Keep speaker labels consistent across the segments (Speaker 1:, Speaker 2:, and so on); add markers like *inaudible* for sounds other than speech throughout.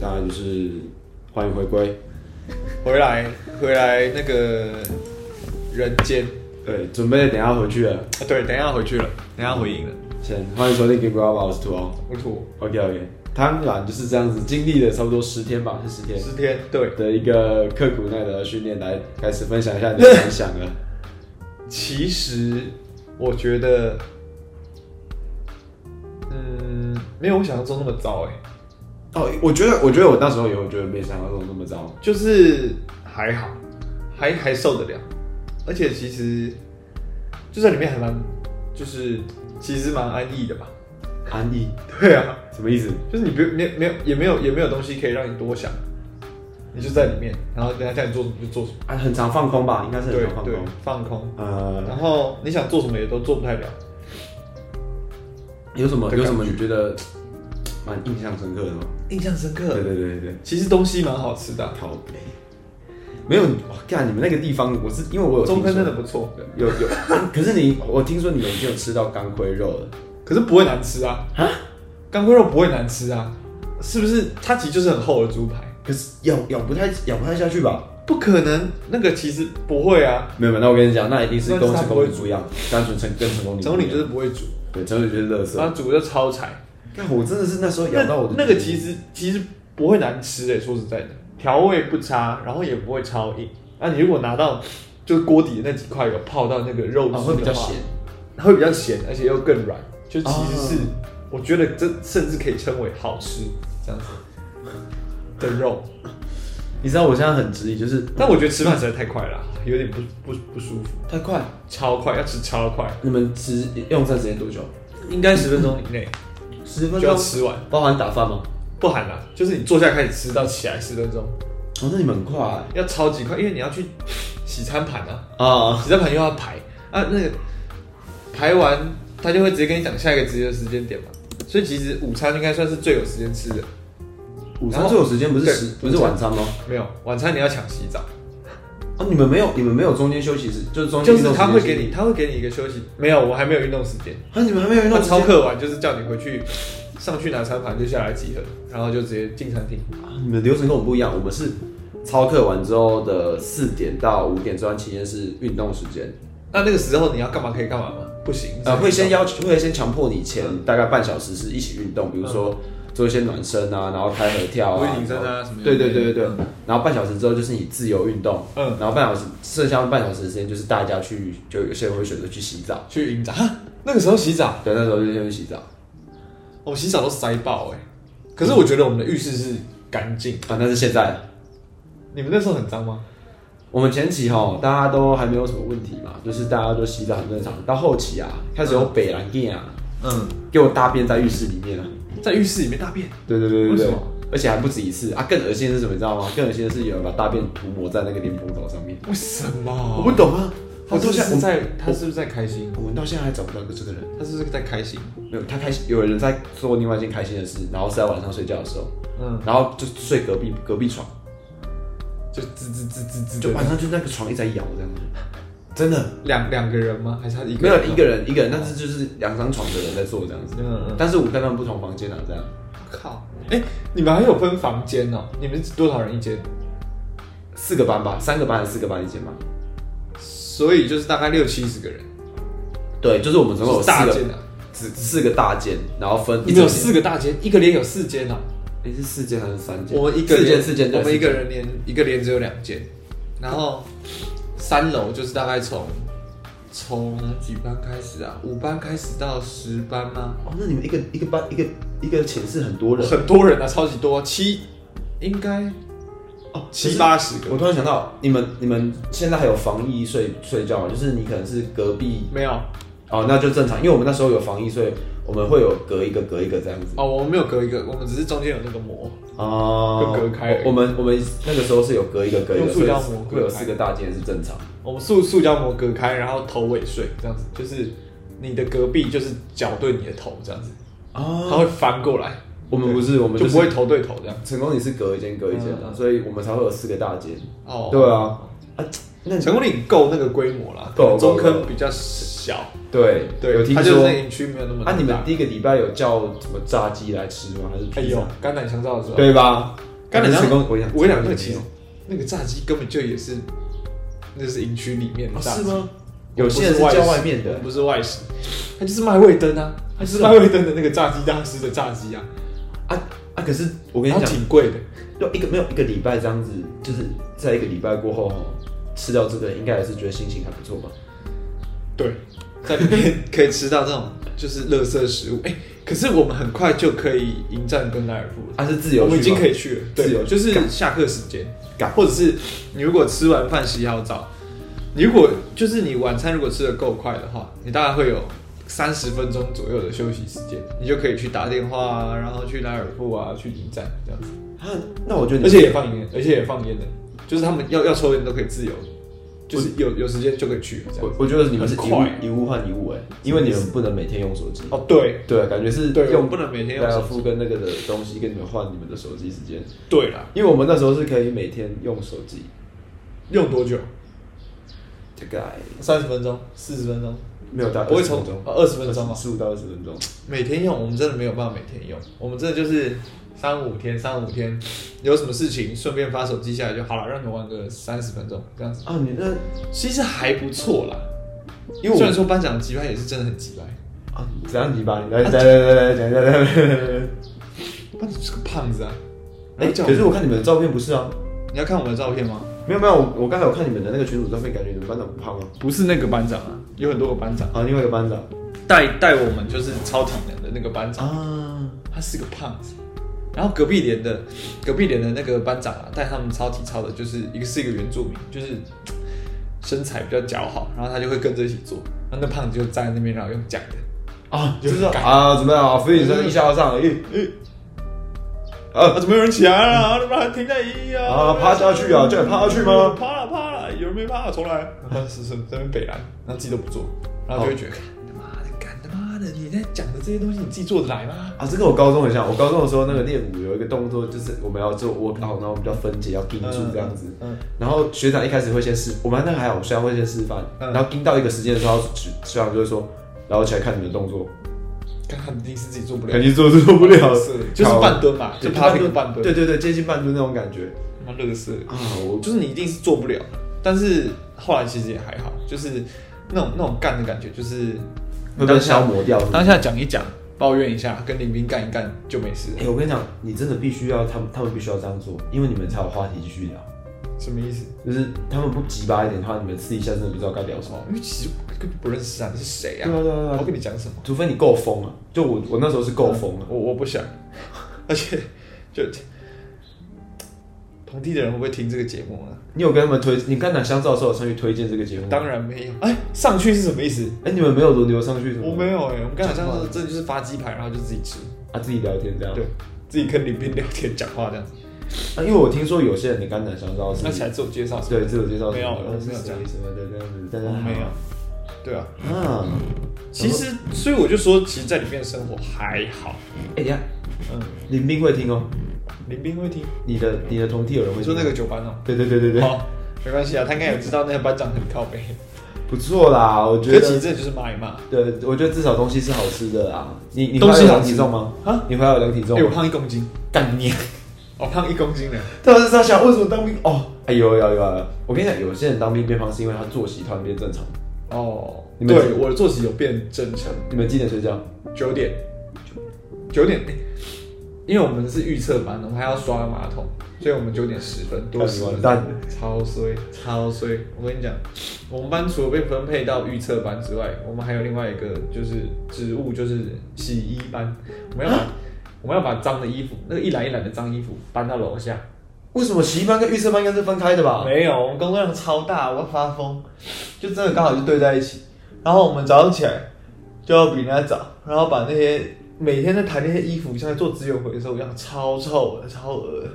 Speaker 1: 当然就是欢迎回归。
Speaker 2: 回来，回来那个人间啊，
Speaker 1: 对，准备等一下回去了。
Speaker 2: 对，等一下回去了，等一下回营了。
Speaker 1: 先欢迎收听 Give Up，我是土豪。
Speaker 2: 我土
Speaker 1: OK OK，当然就是这样子，经历了差不多十天吧，是十天
Speaker 2: 十天，对，
Speaker 1: 的一个刻苦耐劳的训练，来开始分享一下你的感想了。
Speaker 2: 其实我觉得，嗯，没有我想象中那么糟哎、
Speaker 1: 哦，我觉得，我觉得我那时候也会觉得没想到那么糟。
Speaker 2: 就是还好，还还受得了，而且其实就在里面还蛮，就是其实蛮安逸的吧。
Speaker 1: 安逸
Speaker 2: 对啊，
Speaker 1: 什么意思？
Speaker 2: 就是你不没没有也没有也没有东西可以让你多想，你就在里面，然后人家叫你做什么就做什么，
Speaker 1: 啊，很常放空吧，应该是很
Speaker 2: 对
Speaker 1: 常放
Speaker 2: 对
Speaker 1: 空。，
Speaker 2: 放空，
Speaker 1: 呃，
Speaker 2: 然后你想做什么也都做不太了。哎
Speaker 1: 有什么
Speaker 2: 的
Speaker 1: 有
Speaker 2: 感
Speaker 1: 什
Speaker 2: 觉
Speaker 1: 么你觉得蛮印象深刻的吗？
Speaker 2: 印象深刻
Speaker 1: 对对对对对。
Speaker 2: 其实东西蛮好吃的啊、
Speaker 1: 靠北，没有，哇干你们那个地方，我是因为我有
Speaker 2: 中坑
Speaker 1: 坑
Speaker 2: 真的不错，
Speaker 1: 有有， *laughs* 可是你我听说你们已经有吃到干灰肉了，
Speaker 2: 可是不会难吃啊。
Speaker 1: 啊？
Speaker 2: 干锅肉不会难吃啊？是不是？它其实就是很厚的猪排，
Speaker 1: 可是咬咬不太咬不太下去吧？
Speaker 2: 不可能，那个其实不会啊。
Speaker 1: 没有，没有那我跟你讲，那一定是
Speaker 2: 那
Speaker 1: 跟
Speaker 2: 是他
Speaker 1: 成
Speaker 2: 不
Speaker 1: 功
Speaker 2: 会
Speaker 1: 女不一样，单纯成跟成功女
Speaker 2: 整理
Speaker 1: 不一啊
Speaker 2: 就
Speaker 1: 样
Speaker 2: 是不会煮，
Speaker 1: 对，成功女就是乐色。
Speaker 2: 然后煮就超柴。
Speaker 1: 但我真的是那时候
Speaker 2: 那
Speaker 1: 咬到我的
Speaker 2: 那个
Speaker 1: 鼻子
Speaker 2: 其实其实不会难吃诶、说实在的，调味不差，然后也不会超硬。那、你如果拿到就是锅底的那几块有泡到那个肉汁的
Speaker 1: 啊
Speaker 2: 话，
Speaker 1: 会比较咸，
Speaker 2: 它会比较咸，而且又更软，就其实是、
Speaker 1: 哦
Speaker 2: 我觉得这甚至可以称为好吃这样子的肉。
Speaker 1: 你知道我现在很质疑，就是
Speaker 2: 但我觉得吃饭实在太快了，有点不不不舒服，
Speaker 1: 太快，
Speaker 2: 超快，要吃超快，
Speaker 1: 你们吃用餐时间多久？
Speaker 2: 应该十分钟以内
Speaker 1: 十分
Speaker 2: 就要
Speaker 1: 钟，
Speaker 2: 吃完，
Speaker 1: 包含打饭吗？
Speaker 2: 不喊了，就是你坐下开始吃到起来十分钟，
Speaker 1: 哦，那你们很快欸
Speaker 2: 要超级快，因为你要去洗餐盘啊。
Speaker 1: 啊！
Speaker 2: 洗在盘又要排啊，那个排完他就会直接跟你讲下一个直接的时间点嘛。所以其实午餐应该算是最有时间吃的，
Speaker 1: 午
Speaker 2: 然
Speaker 1: 餐
Speaker 2: 后
Speaker 1: 最有时间不是
Speaker 2: 对
Speaker 1: 十不是晚餐吗？
Speaker 2: 没有晚餐你要抢洗澡，
Speaker 1: 哦，你们没有，你们没有中间休息时，就是中间
Speaker 2: 就是他会
Speaker 1: 运动时间
Speaker 2: 给你，他会给你一个休息。没有，我还没有运动时间，
Speaker 1: 啊，你们还没有运
Speaker 2: 他
Speaker 1: 动时
Speaker 2: 操
Speaker 1: 间
Speaker 2: 课完就是叫你回去上去拿餐盘就下来集合，然后就直接进餐厅。
Speaker 1: 啊你们流程跟我们不一样，我们是操课完之后的四点到五点这段期间是运动时间，
Speaker 2: 那那个时候你要干嘛可以干嘛吗？不行，
Speaker 1: 呃，会先要求，会先强迫你前大概半小时是一起运动，比如
Speaker 2: 嗯
Speaker 1: 说做一些暖身啊，然后开合跳
Speaker 2: 无
Speaker 1: 啊，
Speaker 2: 引领身啊什么有的
Speaker 1: 对对对对对，然后半小时之后就是你自由运动，
Speaker 2: 嗯
Speaker 1: 然后半小时剩下半小时的时间就是大家去，就有些人会选择去洗澡，
Speaker 2: 去营长，哈啊那个时候洗澡，
Speaker 1: 对，那时候就先去洗澡啊，
Speaker 2: 我、洗澡都塞爆哎、可是我觉得我们的浴室是干净，
Speaker 1: 那是现在。
Speaker 2: 你们那时候很脏吗？
Speaker 1: 我们前期哈，大家都还没有什么问题嘛，就是大家都洗澡很正常。到后期啊，开始有北兰店啊，
Speaker 2: 嗯，
Speaker 1: 给我大便在浴室里面啊。
Speaker 2: 在浴室里面大便，
Speaker 1: 对对对对
Speaker 2: 为
Speaker 1: 对
Speaker 2: 什么，
Speaker 1: 而且还不止一次啊！更恶心的是什么，你知道吗？更恶心的是有人把大便涂抹在那个莲蓬头上面。
Speaker 2: 为什
Speaker 1: 我
Speaker 2: 么？
Speaker 1: 不懂啊，
Speaker 2: 他
Speaker 1: 我
Speaker 2: 是
Speaker 1: 到
Speaker 2: 不
Speaker 1: 现
Speaker 2: 是
Speaker 1: 在
Speaker 2: 在他是不是在开心？
Speaker 1: 我们到现在还找不到这个人。
Speaker 2: 他是不是在开心？
Speaker 1: 没有，他开心，有人在做另外一件开心的事，然后是在晚上睡觉的时候，
Speaker 2: 嗯，
Speaker 1: 然后就睡隔壁隔壁床，
Speaker 2: 就吱吱吱吱吱
Speaker 1: 就
Speaker 2: 的
Speaker 1: 晚上就那个床一直在摇这样子，真的
Speaker 2: 两两个人吗？还是他一个
Speaker 1: 没
Speaker 2: 人？
Speaker 1: 有一个人哦一个人，但是就是两张床的人在做这样子。
Speaker 2: 嗯嗯，
Speaker 1: 但是我跟他们不同房间啊，这样。
Speaker 2: 靠！哎，你们还有分房间哦？你们是多少人一间？
Speaker 1: 四个班吧，三个班还是四个班一间吧？
Speaker 2: 所以就是大概六七十个人，
Speaker 1: 对，就是我们总共有
Speaker 2: 是
Speaker 1: 四
Speaker 2: 大
Speaker 1: 个，
Speaker 2: 间啊。
Speaker 1: 四四个大间，然后分
Speaker 2: 你
Speaker 1: 一
Speaker 2: 们
Speaker 1: 整
Speaker 2: 有
Speaker 1: 间，
Speaker 2: 四个大间，一个连有四间哦。
Speaker 1: 诶是四间还是三间？啊
Speaker 2: 我们一个
Speaker 1: 四间
Speaker 2: 连
Speaker 1: 啊四间，对
Speaker 2: 我们一个
Speaker 1: 四间
Speaker 2: 人连一个连只有两间，然后三楼就是大概从从几班开始啊？五班开始到十班吗？
Speaker 1: 哦，那你们一个一个班一个一个寝室很多人
Speaker 2: 很多人啊，超级多，七应该
Speaker 1: 哦，
Speaker 2: 七
Speaker 1: 八。
Speaker 2: 八十个
Speaker 1: 我，突然想到，你们你们现在还有防疫睡睡觉吗？就是你可能是隔壁
Speaker 2: 没有
Speaker 1: 哦，那就正常，因为我们那时候有防疫，所以我们会有隔一个隔一个这样子
Speaker 2: 哦，我们没有隔一个，我们只是中间有那个膜，
Speaker 1: 哦，
Speaker 2: 就隔开而已
Speaker 1: 我们我们那个时候是有隔一个隔一
Speaker 2: 用
Speaker 1: 个，
Speaker 2: 塑
Speaker 1: 所以
Speaker 2: 胶膜
Speaker 1: 会有
Speaker 2: 隔开
Speaker 1: 四个大间是正常。
Speaker 2: 我们塑塑胶膜隔开，然后头尾睡这样子，就是你的隔壁就是脚对你的头这样子，他
Speaker 1: 哦，
Speaker 2: 会翻过来，
Speaker 1: 我们不是，我们
Speaker 2: 就
Speaker 1: 就
Speaker 2: 不会
Speaker 1: 是
Speaker 2: 头对头这样。
Speaker 1: 成功，你是隔一间隔一间的，
Speaker 2: 嗯
Speaker 1: 所以我们才会有四个大间。
Speaker 2: 哦，
Speaker 1: 对啊，啊，那你
Speaker 2: 成功岭够那个规模啦，
Speaker 1: 够
Speaker 2: 中
Speaker 1: 够够
Speaker 2: 坑比较小，
Speaker 1: 对
Speaker 2: 对，
Speaker 1: 有听
Speaker 2: 它就是
Speaker 1: 说
Speaker 2: 那营区没有那么大。
Speaker 1: 啊？你们第一个礼拜有叫什么炸鸡来吃吗？还是
Speaker 2: 哎
Speaker 1: 披
Speaker 2: 呦
Speaker 1: 萨？，
Speaker 2: 肝胆相照的时候，
Speaker 1: 对吧？
Speaker 2: 干
Speaker 1: 但
Speaker 2: 了
Speaker 1: 是成功，我跟你讲，
Speaker 2: 我跟你讲，
Speaker 1: 成
Speaker 2: 那
Speaker 1: 功也
Speaker 2: 个其
Speaker 1: 没
Speaker 2: 实
Speaker 1: 有
Speaker 2: 那个炸鸡根本就也是，那是营区里面的
Speaker 1: 哦
Speaker 2: 炸鸡、
Speaker 1: 是吗？
Speaker 2: 我
Speaker 1: 有
Speaker 2: 们不
Speaker 1: 些人是
Speaker 2: 外
Speaker 1: 叫
Speaker 2: 食
Speaker 1: 外面的
Speaker 2: 我们不是外食，他就是卖味登啊，他就是卖味登的那个炸鸡大师的炸鸡啊，
Speaker 1: 啊啊！可是我跟
Speaker 2: 然
Speaker 1: 你
Speaker 2: 后
Speaker 1: 讲，
Speaker 2: 挺贵的，
Speaker 1: 要一个没有一个礼拜这样子，就是在一个礼拜过后哦吃掉这个，应该也是觉得心情还不错吧？
Speaker 2: 对，在里面 *laughs* 可以吃到这种就是垃圾食物，哎、可是我们很快就可以迎战跟莱尔夫了。
Speaker 1: 啊，是自由
Speaker 2: 我
Speaker 1: 去吗，
Speaker 2: 们已经可以去了，
Speaker 1: 自
Speaker 2: 对，
Speaker 1: 由
Speaker 2: 就是
Speaker 1: 干
Speaker 2: 下课时间
Speaker 1: 干，
Speaker 2: 或者是你如果吃完饭洗好澡，你如果就是你晚餐如果吃的够快的话，你大概会有三十分钟左右的休息时间，你就可以去打电话啊，然后去莱尔富啊，去迎战这样子，
Speaker 1: 啊。那我觉得你，
Speaker 2: 而且也放烟，而且也放烟的，就是他们要要抽烟都可以自由，就是有有时间就可以去这样
Speaker 1: 我
Speaker 2: 子。
Speaker 1: 我觉得你们是
Speaker 2: 很
Speaker 1: 一物
Speaker 2: 快
Speaker 1: 一物换一物哎、因为你们不能每天用手机。
Speaker 2: 哦，对
Speaker 1: 对，感觉是
Speaker 2: 对我
Speaker 1: 用
Speaker 2: 们不能每天用
Speaker 1: 莱尔
Speaker 2: 手机
Speaker 1: 夫跟那个的东西跟你们换你们的手机时间，
Speaker 2: 对啦，
Speaker 1: 因为我们那时候是可以每天用手机，
Speaker 2: 用多久？
Speaker 1: 大概
Speaker 2: 三十分钟，四十分钟，
Speaker 1: 没有到
Speaker 2: 不会超
Speaker 1: 20分钟，啊
Speaker 2: 哦20分钟吗
Speaker 1: 十五到二十分钟。
Speaker 2: 每天用，我们真的没有办法每天用，我们真的就是三五天，三五天有什么事情顺便发手机下来就好了，让你玩个三十分钟这样子，
Speaker 1: 啊，你那
Speaker 2: 其实还不错啦。
Speaker 1: 因为我
Speaker 2: 虽然说颁奖击败也是真的很击败，
Speaker 1: 啊，怎样你吧，来来来来来来来来来来来。
Speaker 2: 他就是个胖子啊。
Speaker 1: 哎、
Speaker 2: 叫
Speaker 1: 可是我看你们的照片不是啊，
Speaker 2: 你要看我们的照片吗？
Speaker 1: 没有没有，我我刚才有看你们的那个群主照片，感觉你们班长不胖啊。
Speaker 2: 不是那个班长啊，有很多个班长
Speaker 1: 啊，另外一个班长
Speaker 2: 带带我们就是超体能的那个班长，
Speaker 1: 啊，
Speaker 2: 他是个胖子。然后隔壁连的隔壁连的那个班长啊，带他们超体操的，就是一个是一个原住民，就是身材比较姣好，然后他就会跟着一起做。然后那胖子就站在那边，然后用讲的，
Speaker 1: 啊，就
Speaker 2: 就是是
Speaker 1: 啊，怎么样啊？所以
Speaker 2: 嗯
Speaker 1: 说一下上，一一
Speaker 2: 啊，怎么有人起来了？你们还停在一啊？
Speaker 1: 啊，趴下去啊，叫你趴下去吗？
Speaker 2: 趴了趴了，有人没趴，重来。是是，在那边北蓝，然后自己都不做，然后就会
Speaker 1: 哦
Speaker 2: 觉得，干他妈的，干他妈的，你在讲的这些东西，你自己做得来吗？
Speaker 1: 啊，这跟我高中很像。我高中的时候，那个练舞有一个动作，就是我们要做 work out，然后我们就要分解，要盯住这样子。
Speaker 2: 嗯，
Speaker 1: 然后学长一开始会先示，我们那个还好，学长会先示范，
Speaker 2: 嗯
Speaker 1: 然后盯到一个时间的时候，学学长就会说，然后起来看你们的动作，
Speaker 2: 刚刚一定是自己做不了
Speaker 1: 感，觉做做不了，
Speaker 2: 嗯是就是半蹲嘛，就趴平半蹲，
Speaker 1: 啊对对对，接近半蹲那种感觉
Speaker 2: 他妈乐色，
Speaker 1: 啊，我
Speaker 2: 就是你一定是做不了，但是后来其实也还好，就是那种那种干的感觉，就是
Speaker 1: 会被消磨掉。
Speaker 2: 当下讲一讲，抱怨一下，跟林斌干一干就没事了
Speaker 1: 哎、，我跟你讲，你真的必须要他们，他们必须要这样做，因为你们才有话题继续聊。
Speaker 2: 什么意思？
Speaker 1: 就是他们不急吧一点的话，你们私底下真的不知道该聊什么。
Speaker 2: 哦，因为其实根本不认识啊，你是谁啊
Speaker 1: 对？啊对啊对啊
Speaker 2: 我跟你讲什么？
Speaker 1: 除非你够疯啊！就我我那时候是够疯啊，
Speaker 2: 我我不想，而且就同地的人会不会听这个节目啊？
Speaker 1: 你有跟他们推，你刚才相照的时候有上去推荐这个节目吗？
Speaker 2: 当然没有，哎，上去是什么意思？
Speaker 1: 哎、你们没有轮流上去什么？
Speaker 2: 我没有哎、我们刚才像是真的就是发鸡排，然后就自己吃，
Speaker 1: 啊，自己聊天这样。
Speaker 2: 对，自己跟林斌聊天讲话这样子。
Speaker 1: 啊，因为我听说有些人你刚才相照是
Speaker 2: 那，起来自我介绍是吧？
Speaker 1: 对自我介绍
Speaker 2: 没有
Speaker 1: 什么
Speaker 2: 我
Speaker 1: 是
Speaker 2: 没有
Speaker 1: 谁什么的这样子，大家
Speaker 2: 我
Speaker 1: 好
Speaker 2: 没有。对啊，
Speaker 1: 啊。
Speaker 2: 其实所以我就说，其实在里面生活还好。
Speaker 1: 哎、等一下
Speaker 2: 嗯，
Speaker 1: 林斌会听哦，
Speaker 2: 林斌会听，
Speaker 1: 你的你的同梯有人会
Speaker 2: 你
Speaker 1: 听
Speaker 2: 说
Speaker 1: 吗
Speaker 2: 那个？酒班哦，
Speaker 1: 对对对对对，
Speaker 2: 好，没关系啊，他应该也知道那个班长很靠背，
Speaker 1: 不错啦，我
Speaker 2: 可
Speaker 1: 觉
Speaker 2: 是其实
Speaker 1: 得。
Speaker 2: 这就是骂一骂。
Speaker 1: 对，我觉得至少东西是好吃的啦。你你
Speaker 2: 东西
Speaker 1: 回来有
Speaker 2: 好
Speaker 1: 量
Speaker 2: 吃
Speaker 1: 体重吗？
Speaker 2: 啊，
Speaker 1: 你回来有量体重
Speaker 2: 哎，我
Speaker 1: 吗？
Speaker 2: 胖一公斤，
Speaker 1: 干你！
Speaker 2: 我胖一公斤了。
Speaker 1: 他们是在想为什么当兵？哦，哎有有有有，我跟你讲，有些人当兵变胖是因为他作息突然变正常。
Speaker 2: 哦，
Speaker 1: 你们
Speaker 2: 对，我的作息有变正常，
Speaker 1: 你们几点睡觉？
Speaker 2: 九点，九点，哎因为我们是预测班，我们还要刷马桶，所以我们九点十分多
Speaker 1: 干
Speaker 2: 十
Speaker 1: 你完
Speaker 2: 分
Speaker 1: 蛋！
Speaker 2: 超衰，超衰！我跟你讲，我们班除了被分配到预测班之外，我们还有另外一个就是职务，就是洗衣班。我们要把我们要把脏的衣服，那个一篮一篮的脏衣服搬到楼下。
Speaker 1: 为什么习班跟预测班应该是分开的吧？
Speaker 2: 没有，我们工作量超大，我要发疯，就真的刚好就对在一起。然后我们早上起来就要比人家早，然后把那些每天在抬那些衣服，像在做资源回收一样，超臭的，超恶的。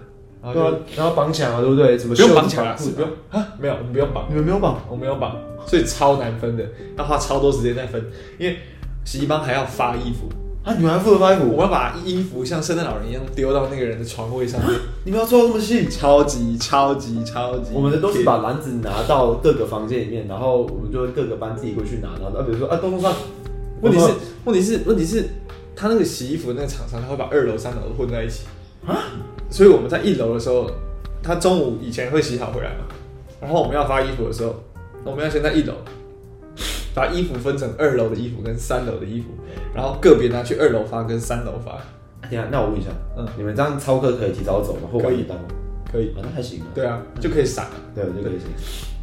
Speaker 2: 然后
Speaker 1: 对啊
Speaker 2: 就，
Speaker 1: 然后绑起来嘛，对不对？怎么
Speaker 2: 不用
Speaker 1: 袖
Speaker 2: 绑
Speaker 1: 子
Speaker 2: 起来啊，
Speaker 1: 裤子
Speaker 2: 是不用啊，没有，我们不用绑。
Speaker 1: 你们没有绑？
Speaker 2: 我没有绑，所以超难分的，要花超多时间在分，因为洗衣帮还要发衣服，
Speaker 1: 啊，你们还负责发衣
Speaker 2: 我
Speaker 1: 服？
Speaker 2: 们要把衣服像圣诞老人一样丢到那个人的床位上面，
Speaker 1: 啊你们要做到这么细？
Speaker 2: 超级超级超级。
Speaker 1: 我们的都是把篮子拿到各个房间里面，然后我们就会各个班自己过去拿，然后啊，比如说啊，东东上，
Speaker 2: 问题
Speaker 1: 我
Speaker 2: 是
Speaker 1: 说
Speaker 2: 问题是问题是，他那个洗衣服的那个厂商，他会把二楼三楼混在一起
Speaker 1: 啊
Speaker 2: 所以我们在一楼的时候，他中午以前会洗好回来嘛，然后我们要发衣服的时候，我们要先在一楼把衣服分成二楼的衣服跟三楼的衣服，然后个别拿去二楼发跟三楼发，
Speaker 1: 啊等一下，那我问一下，
Speaker 2: 嗯
Speaker 1: 你们这样操课可以提早走吗？或晚一点到吗？
Speaker 2: 可以
Speaker 1: 啊，，那还行啊，
Speaker 2: 对啊，就可以闪了，
Speaker 1: 对，这个也行。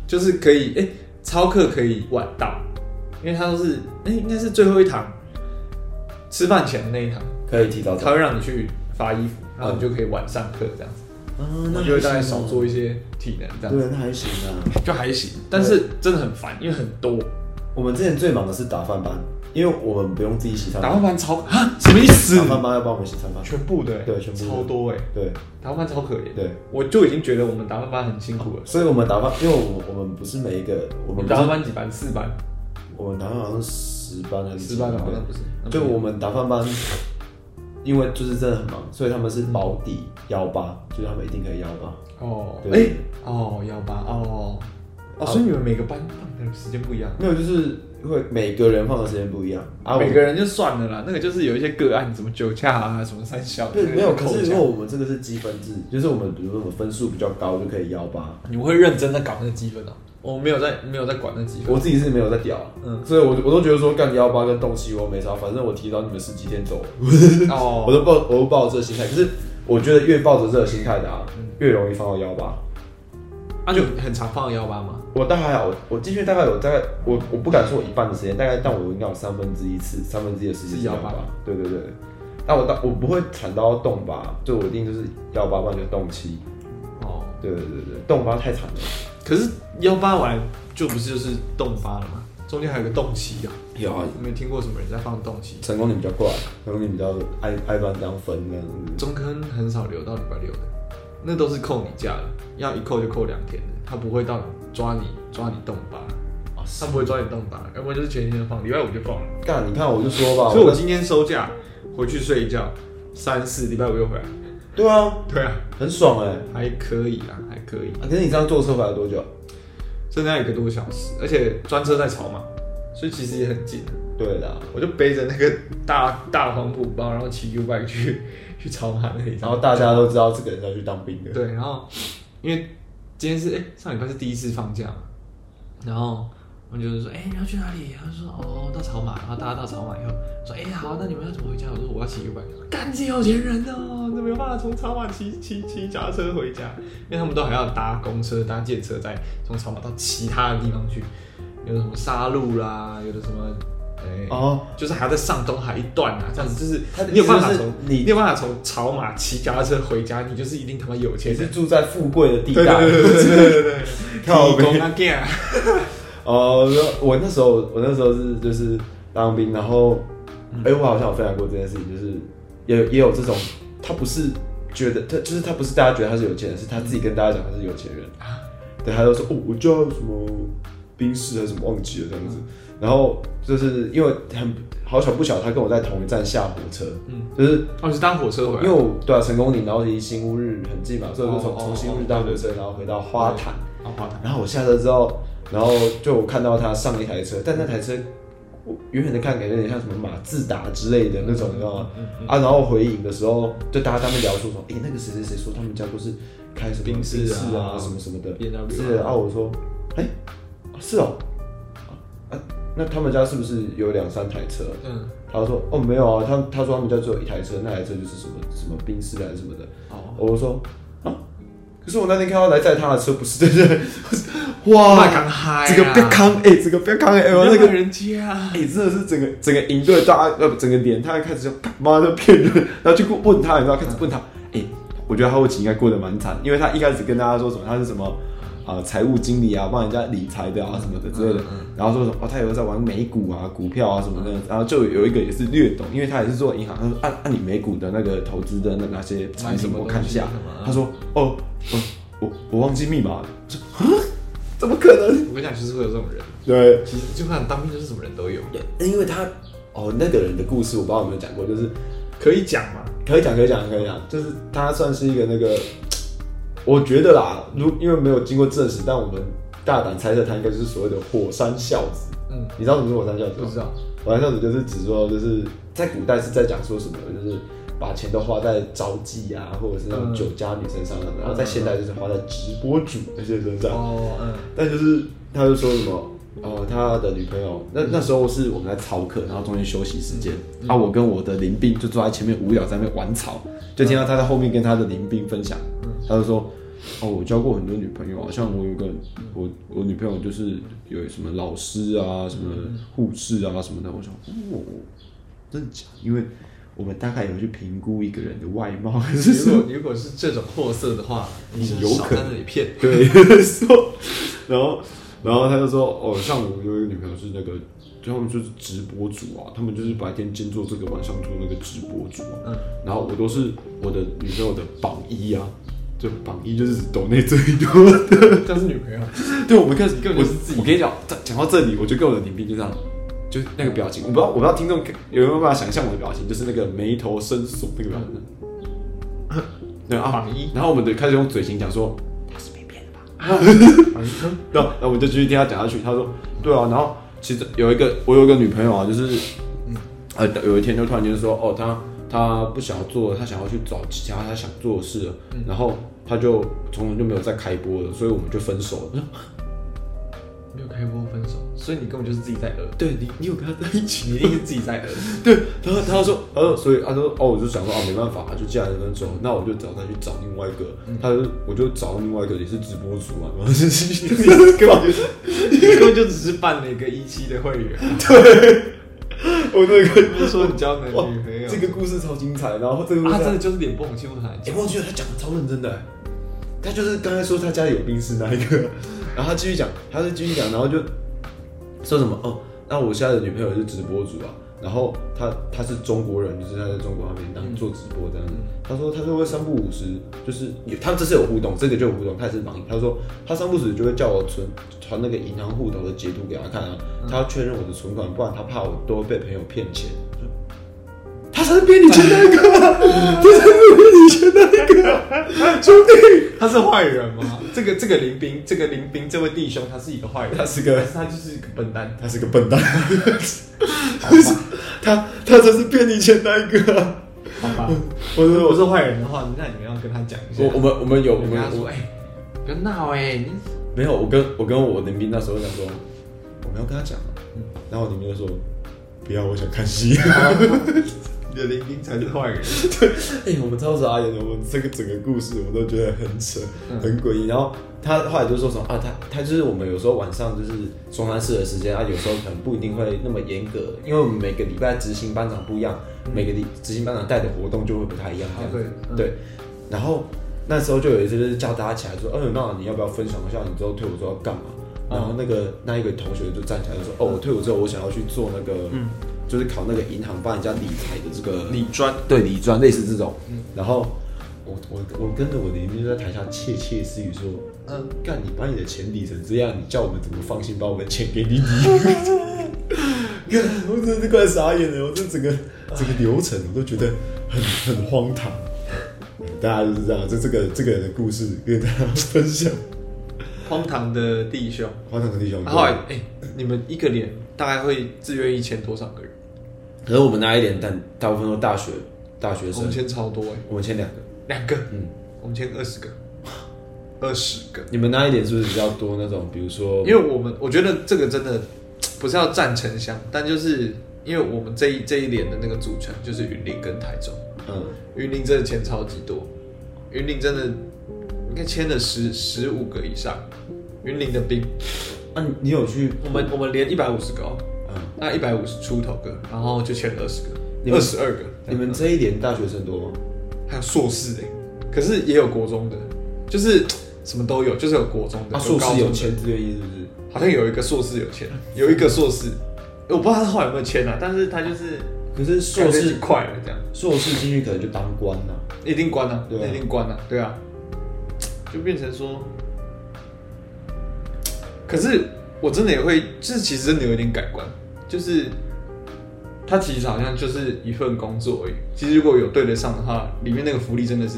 Speaker 2: 就是可以，哎、操课可以晚到，因为他都是，哎、应该是最后一堂吃饭前的那一堂。
Speaker 1: 可以提早走
Speaker 2: 他。会让你去发衣服，然后你就可以晚上课这样子，
Speaker 1: 嗯
Speaker 2: 我就会大概少做一些体能这样子，
Speaker 1: 对，那还行啊。
Speaker 2: 就还行。但是真的很烦，因为很多
Speaker 1: 我们之前最忙的是打饭班，因为我们不用自己洗餐
Speaker 2: 打
Speaker 1: 盘，
Speaker 2: 饭班超啊，什么意思
Speaker 1: 打？饭班要帮我们洗餐盘。
Speaker 2: 全部的欸，
Speaker 1: 对全部的
Speaker 2: 超多哎，
Speaker 1: 对
Speaker 2: 打饭班超可怜。
Speaker 1: 对，
Speaker 2: 我就已经觉得我们打饭班很辛苦了。
Speaker 1: 所以我们打饭，因为我们我们不是每一个，我
Speaker 2: 我
Speaker 1: 们
Speaker 2: 们
Speaker 1: 不
Speaker 2: 打饭
Speaker 1: 是
Speaker 2: 班几班？四班，
Speaker 1: 我们打饭好像十班还是
Speaker 2: 四
Speaker 1: 几
Speaker 2: 班
Speaker 1: 对
Speaker 2: 好像不是。
Speaker 1: 就我们打饭班，因为就是真的很忙，所以他们是保底幺八，就是他们一定可以幺八。
Speaker 2: 哦，哎
Speaker 1: 对，啊
Speaker 2: 哦幺八哦哦，所以你们每个班放的时间不一样。
Speaker 1: 没有，就是会每个人放的时间不一样啊。我
Speaker 2: 每个人就算了啦，那个就是有一些个案，什么酒驾啊，什么三小，
Speaker 1: 对
Speaker 2: 那个
Speaker 1: 没有，
Speaker 2: 就
Speaker 1: 可
Speaker 2: 扣
Speaker 1: 是
Speaker 2: 奖
Speaker 1: 如果我们这个是积分制，就是我们比如说我们分数比较高就可以幺八，
Speaker 2: 你们会认真在搞那个积分哦、我没有在没有在管那积分，
Speaker 1: 我自己是没有在屌，
Speaker 2: 嗯
Speaker 1: 嗯，所以我我都觉得说干幺八跟东西我没啥，反正我提早你们十几天走，
Speaker 2: *laughs* 哦
Speaker 1: 我都抱我都抱着这个心态。可是我觉得越抱着这个心态的啊，越容易放到幺八。
Speaker 2: 啊，就很常放幺八吗？
Speaker 1: 我大概还啊好，我我进去大概有大概我我不敢说我一半的时间，大概但我应该有三分之一次三分之一的时间
Speaker 2: 是
Speaker 1: 幺
Speaker 2: 18
Speaker 1: 八，对对对。但我到我不会惨到动八，就我一定就是幺八，不然就动七。
Speaker 2: 哦，
Speaker 1: 对对对对，动八太惨了。
Speaker 2: 可是幺八完就不是就是动八了吗？中间还有个动期啊，
Speaker 1: 有啊，
Speaker 2: 没听过什么人在放动期，
Speaker 1: 成功你比较怪，成功你比较爱爱乱这样分这样子。
Speaker 2: 中坑很少留到礼拜六的，那都是扣你假的，要一扣就扣两天的，他不会到抓你抓你动八，
Speaker 1: 哦
Speaker 2: 他不会抓你动八，要不然就是前一天放，礼拜五就放了，
Speaker 1: 干，你看我就说吧，
Speaker 2: 所以
Speaker 1: 我
Speaker 2: 哦我今天收假回去睡一觉，三四礼拜五又回来，
Speaker 1: 对啊，
Speaker 2: 对啊，
Speaker 1: 很爽哎、
Speaker 2: 还可以啊，还可以。
Speaker 1: 啊，可是你这样坐车回来多久？
Speaker 2: 剩下一个多小时，而且专车在朝嘛，所以其实也很近。
Speaker 1: 对的啊，
Speaker 2: 我就背着那个大大黄布包，然后骑 U bike 去去朝马那里。
Speaker 1: 然后大家都知道这个人要去当兵的，
Speaker 2: 对，然后因为今天是哎、上礼拜是第一次放假嘛，然后我们就是说哎、你要去哪里？他就说哦到朝马，然后大家到朝马以后说哎、好，那你们要怎么回家？我说我要骑 U bike。干是有钱人哦，那没有办法从朝马骑骑骑脚踏车回家，因为他们都还要搭公车搭电车再从朝马到其他的地方去，有的什么沙鹿啦，有的什么哎。
Speaker 1: 哦，
Speaker 2: 就是还要再上东海一段啊，这样子就是
Speaker 1: 他的
Speaker 2: 你有办法
Speaker 1: 意思
Speaker 2: 从
Speaker 1: 是你
Speaker 2: 你有办法从草马骑脚踏车回家，你就是一定他妈有钱
Speaker 1: 也
Speaker 2: 人
Speaker 1: 是。住在富贵的地
Speaker 2: 对对
Speaker 1: 带。
Speaker 2: 对对对对 *laughs* 对对，
Speaker 1: 靠北
Speaker 2: 工啊 g
Speaker 1: 哦，我那时候我那时候是就是当兵，然后，哎、我好像有分享过这件事情，就是也也有这种，他不是觉得他就是他不是大家觉得他是有钱人，是他自己跟大家讲他是有钱人，对，他就说哦，我就要什么兵士还是什么忘记了这样子，然后就是因为很好巧不巧，他跟我在同一站下火车，
Speaker 2: 嗯
Speaker 1: 嗯，就是
Speaker 2: 哦，你是搭火车回
Speaker 1: 因为
Speaker 2: 来？
Speaker 1: 我对啊，成功岭，然后离新乌日很近嘛，所以我就
Speaker 2: 哦
Speaker 1: 从
Speaker 2: 哦
Speaker 1: 从新
Speaker 2: 哦
Speaker 1: 乌日搭火车，然后回到花坛。
Speaker 2: 哦，好的。
Speaker 1: 然后我下车之后，然后就我看到他上一台车，但那台车我远远的看，感觉有点像什么马自达之类的那种，你知道吗？啊，然后回影的时候，就大家他们聊说说，诶，那个谁谁谁说他们家都是开什么
Speaker 2: 宾士啊
Speaker 1: 士啊什么什么的，
Speaker 2: BMW
Speaker 1: 是啊，我说，诶，啊是哦，啊，那他们家是不是有两三台车？
Speaker 2: 嗯，
Speaker 1: 他说哦没有啊，他他说他们家只有一台车，那台车就是什么什么宾士的还是什么的。
Speaker 2: 哦，
Speaker 1: 我就说啊，可是我那天看到来载他的车不是对对，我说
Speaker 2: 哇，
Speaker 1: 哇，
Speaker 2: 刚嗨啊，
Speaker 1: 这个不要扛哎，这个不要扛哎，
Speaker 2: 你
Speaker 1: 我
Speaker 2: 要
Speaker 1: 那
Speaker 2: 个
Speaker 1: 个
Speaker 2: 人家，
Speaker 1: 哎、真的是整个整个营队大家呃不整个连，他一开始就干妈就骗人，然后就问他，你知道开始问他，哎、我觉得他后期应该过得蛮惨，因为他一开始跟大家说什么他是什么。啊，财务经理啊，帮人家理财的啊，什么的之类的，然后说什么哦，他有在玩美股啊、股票啊什么的，然后就有一个也是略懂，因为他也是做银行，他说按按、你美股的那个投资的那哪些产品我看一下
Speaker 2: 买什么东西什么，
Speaker 1: 他说哦，哦我我忘记密码了，我说啊， *laughs* 怎么可能？
Speaker 2: 我跟你讲，就是会有这种人，
Speaker 1: 对，
Speaker 2: 其实就看当兵就是什么人都有。
Speaker 1: 因为他哦，那个人的故事我不知道有没有讲过，就是
Speaker 2: 可以讲嘛？
Speaker 1: 可以讲，可以讲，可以讲，就是他算是一个那个，我觉得啦，如因为没有经过证实，但我们大胆猜测他应该就是所谓的火山孝子。
Speaker 2: 嗯，
Speaker 1: 你知道什么是火山孝子
Speaker 2: 不
Speaker 1: 吗？
Speaker 2: 知道。
Speaker 1: 火山孝子就是指说，就是在古代是在讲说什么，就是把钱都花在招妓啊，或者是那种
Speaker 2: 嗯
Speaker 1: 酒家女生上面，然后在现代就是花在直播主那些身上。
Speaker 2: 哦，嗯，
Speaker 1: 但就是他就说什么，呃，他的女朋友，那那时候是我们在操课，然后中间休息时间，啊，我跟我的林斌就坐在前面无聊在那边玩草，就听到他在后面跟他的林斌分享，他就说。哦，我交过很多女朋友啊，像我有个我我女朋友就是有什么老师啊、什么护士啊什么的，我想，哦，真的假的？因为我们大概有去评估一个人的外貌，还是什
Speaker 2: 如
Speaker 1: 么
Speaker 2: 果如果是这种货色的话，你是
Speaker 1: 有
Speaker 2: 少
Speaker 1: 可
Speaker 2: 在那里骗。 *laughs*
Speaker 1: 对，说，然后，然后他就说，哦，像我有一个女朋友是那个，他们就是直播主啊，他们就是白天兼做这个，晚上做那个直播主啊。
Speaker 2: 嗯，
Speaker 1: 然后我都是我的女朋友的榜一啊，就榜一就是抖内最多的。
Speaker 2: 这是女 *laughs* 朋友。
Speaker 1: 对，我们开始
Speaker 2: 根本就是自己
Speaker 1: 我我跟你讲，讲讲到这里，我就跟我的林斌就这样，就那个表情，我不知道我不知道听众有没有办法想象我的表情，就是那个眉头深锁那个表情。对啊，
Speaker 2: 榜一
Speaker 1: 然后我们就开始用嘴型讲说，然后，然后啊我就继续听他讲下去。他说：“对啊，然后其实有一个我有一个女朋友啊，就是，呃，有一天就突然间说，哦，她她不想要做，她想要去找其他她想做的事了，然后她就从此就没有再开播了，所以我们就分手了。
Speaker 2: 没有开播分手，所以你根本就是自己在 *laughs* 讹，
Speaker 1: *laughs* 对你，你有跟她在一起？
Speaker 2: 你一定是自己在讹。
Speaker 1: *laughs* 对，然后他就说，他说，所以他说，哦，我就想说，哦，没办法，就既然分手，那我就找他去找另外一个，他就我就找另外一个也是直播主啊，然后就是 *laughs* 根本就是
Speaker 2: 你根本就只是办了一个一期的会员，
Speaker 1: 我那个
Speaker 2: 不是说你交男
Speaker 1: 哇
Speaker 2: 女朋友。
Speaker 1: 这个故事超精彩，然后这个故事
Speaker 2: 啊，真的就是脸不红心不跳。
Speaker 1: 哎、欸，我觉得他讲的超认真的欸，他就是刚才说他家里有病是那一个， *laughs* 然后他继续讲，他就继续讲，然后就说什么哦，那我现在的女朋友是直播主啊，然后她她是中国人，就是她在中国那边当做直播这样子。他说他就会三不五时，就是有他们这是有互动，这个就有互动，他也是榜一。他说他三不五时就会叫我存传那个银行户头的截图给他看啊，他要确认我的存款，不然他怕我都被朋友骗钱。我说他才是骗你钱那一个啊，他才是骗你钱那一个啊，兄弟，
Speaker 2: 他是坏人吗？这个这个林斌，这个林斌这位弟兄，他是一个坏人，
Speaker 1: 他是个
Speaker 2: 还他就是一个笨蛋。
Speaker 1: 他是个笨蛋，
Speaker 2: *laughs*
Speaker 1: 就是他他才是骗你钱那一个啊。
Speaker 2: 好吧，
Speaker 1: 我
Speaker 2: 如
Speaker 1: 说
Speaker 2: 果
Speaker 1: 我
Speaker 2: 是坏人的话，那你们要跟他讲一下。
Speaker 1: 我我们我们有我
Speaker 2: 我
Speaker 1: 们
Speaker 2: 跟他
Speaker 1: 我
Speaker 2: 说，哎、不要闹哎、你
Speaker 1: 没有，我跟我跟我林斌那时候讲说，我们要跟他讲，啊然后我林斌就说，不要，我想看戏。
Speaker 2: 你的林斌才是坏人。
Speaker 1: 哎、我们超傻眼的，我们这个整个故事我都觉得很扯，
Speaker 2: 嗯
Speaker 1: 很诡异。然后他后来就说什么啊，他他就是我们有时候晚上就是中山市的时间，啊，有时候可能不一定会那么严格，因为我们每个礼拜执行班长不一样，每个礼执行班长带的活动就会不太一样，这样子。
Speaker 2: 嗯啊对嗯
Speaker 1: 对，然后那时候就有一次就是叫大家起来说，嗯、那你要不要分享一下你之后退伍之后要干嘛？
Speaker 2: 嗯
Speaker 1: 然后那个那一个同学就站起来就说，哦，我退伍之后我想要去做那个，就是考那个银行帮人家理财的这个
Speaker 2: 嗯理专
Speaker 1: 对理专类似这种。然后嗯我我我跟着我的邻居在台下窃窃私语说：“嗯，干你把你的钱理成这样，你叫我们怎么放心把我们钱给你理？”看，我真的是快傻眼了，我这整个整个流程我都觉得很很荒唐。嗯大家就是这样，这这个这个人的故事跟大家分享。
Speaker 2: 荒唐的弟兄。
Speaker 1: 荒唐的弟兄，
Speaker 2: 然后后来，哎、你们一个连大概会自愿一千多少个人？
Speaker 1: 可是我们那一点，但大部分都大学大学
Speaker 2: 我
Speaker 1: 生
Speaker 2: 们，签超多哎、
Speaker 1: 我们签两个。
Speaker 2: 两个，
Speaker 1: 嗯，
Speaker 2: 我们签二十个，二十个。
Speaker 1: 你们那一点是不是比较多那种，比如说，
Speaker 2: 因为我们我觉得这个真的不是要站城乡，但就是因为我们这一这一连的那个组成就是云林跟台中，
Speaker 1: 嗯，
Speaker 2: 云林真的签超级多，云林真的应该签了十十五个以上，云林的兵，
Speaker 1: 啊，你你有去
Speaker 2: 我们我们连一百五十个、哦，
Speaker 1: 嗯，
Speaker 2: 那一百五十出头个，然后就签了二十
Speaker 1: 你
Speaker 2: 个，
Speaker 1: 们
Speaker 2: 二十二个，
Speaker 1: 你们这一年大学生多吗？
Speaker 2: 还有硕士哎、可是也有国中的，就是什么都有，就是有国中的，
Speaker 1: 啊，硕
Speaker 2: 高
Speaker 1: 士
Speaker 2: 中
Speaker 1: 有
Speaker 2: 的
Speaker 1: 签志愿役是不是？
Speaker 2: 好像有一个硕士有签，有一个硕士，我不知道他后来有没有签啊，但是他就是
Speaker 1: 可是硕
Speaker 2: 感觉
Speaker 1: 士
Speaker 2: 挺快了这样，
Speaker 1: 硕士进去可能就当官了、
Speaker 2: 一定关啊，
Speaker 1: 对啊
Speaker 2: 一定关啊，对啊，就变成说，可是我真的也会，就是其实真的有一点改观，就是它其实好像就是一份工作而已。其实如果有对得上的话，里面那个福利真的
Speaker 1: *laughs*
Speaker 2: 是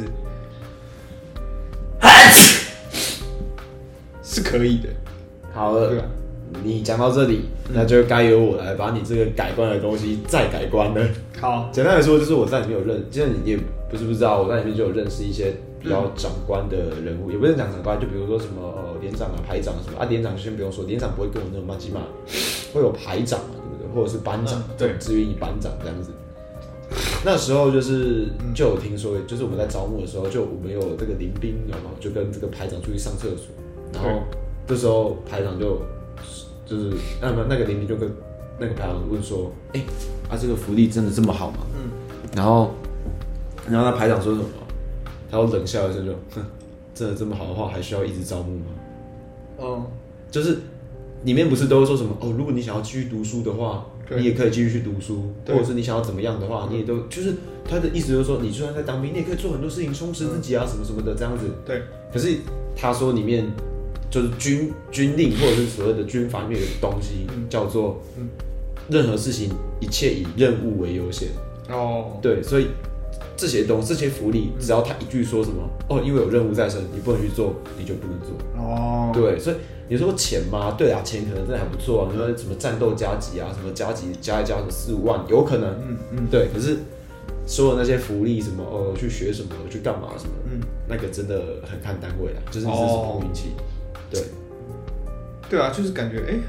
Speaker 2: 是可以的。
Speaker 1: 好了，
Speaker 2: 对啊
Speaker 1: 你讲到这里，那就该由我来把你这个改观的东西再改观了。
Speaker 2: 好，
Speaker 1: *laughs* 简单来说，就是我在里面有认，就是你也不是不知道，我在里面就有认识一些比较长官的人物，也不是讲长官，就比如说什么呃连长啊、排长什么啊，连长先不用说，连长不会跟我那种嘛鸡嘛，会有排长嘛，对不对？或者是班长，
Speaker 2: 嗯对
Speaker 1: 志愿役班长这样子。那时候就是就有听说，就是我们在招募的时候，就我们有这个林兵，有没有？就跟这个排长出去上厕所，然后这时候排长就就是那么那个林兵就跟那个排长问说，哎、
Speaker 3: 啊，这个福利真的这么好吗？
Speaker 1: 然后，然后那排长说什么？他又冷笑一声就，哼，真的这么好的话，还需要一直招募吗？
Speaker 2: 嗯，
Speaker 1: 就是里面不是都说什么哦，如果你想要继续读书的话，
Speaker 2: 对
Speaker 1: 你也可以继续去读书，
Speaker 2: 对嗯
Speaker 1: 或者是你想要怎么样的话，你也都就是他的意思就是说，你就算在当兵，你也可以做很多事情充实自己啊，什么什么的这样子。
Speaker 2: 对，
Speaker 1: 可是他说里面就是军军令或者是所谓的军法里面有个东西
Speaker 2: 嗯
Speaker 1: 叫做，任何事情一切以任务为优先。
Speaker 2: 哦，
Speaker 1: 对，所以这些东这些福利，只要他一句说什么哦，因为有任务在身，你不能去做，你就不能做。
Speaker 2: 哦，
Speaker 1: 对，所以你说钱吗？对啊，钱可能真的还不错啊。你说什么战斗加级啊，什么加级加一加个四五万，有可能。
Speaker 2: 嗯嗯，
Speaker 1: 对，可是所有那些福利什么哦，去学什么，去干嘛什么，
Speaker 2: 嗯，
Speaker 1: 那个真的很看单位啊，就是你是什
Speaker 2: 哦
Speaker 1: 么运气。对，
Speaker 2: 对啊，就是感觉哎、诶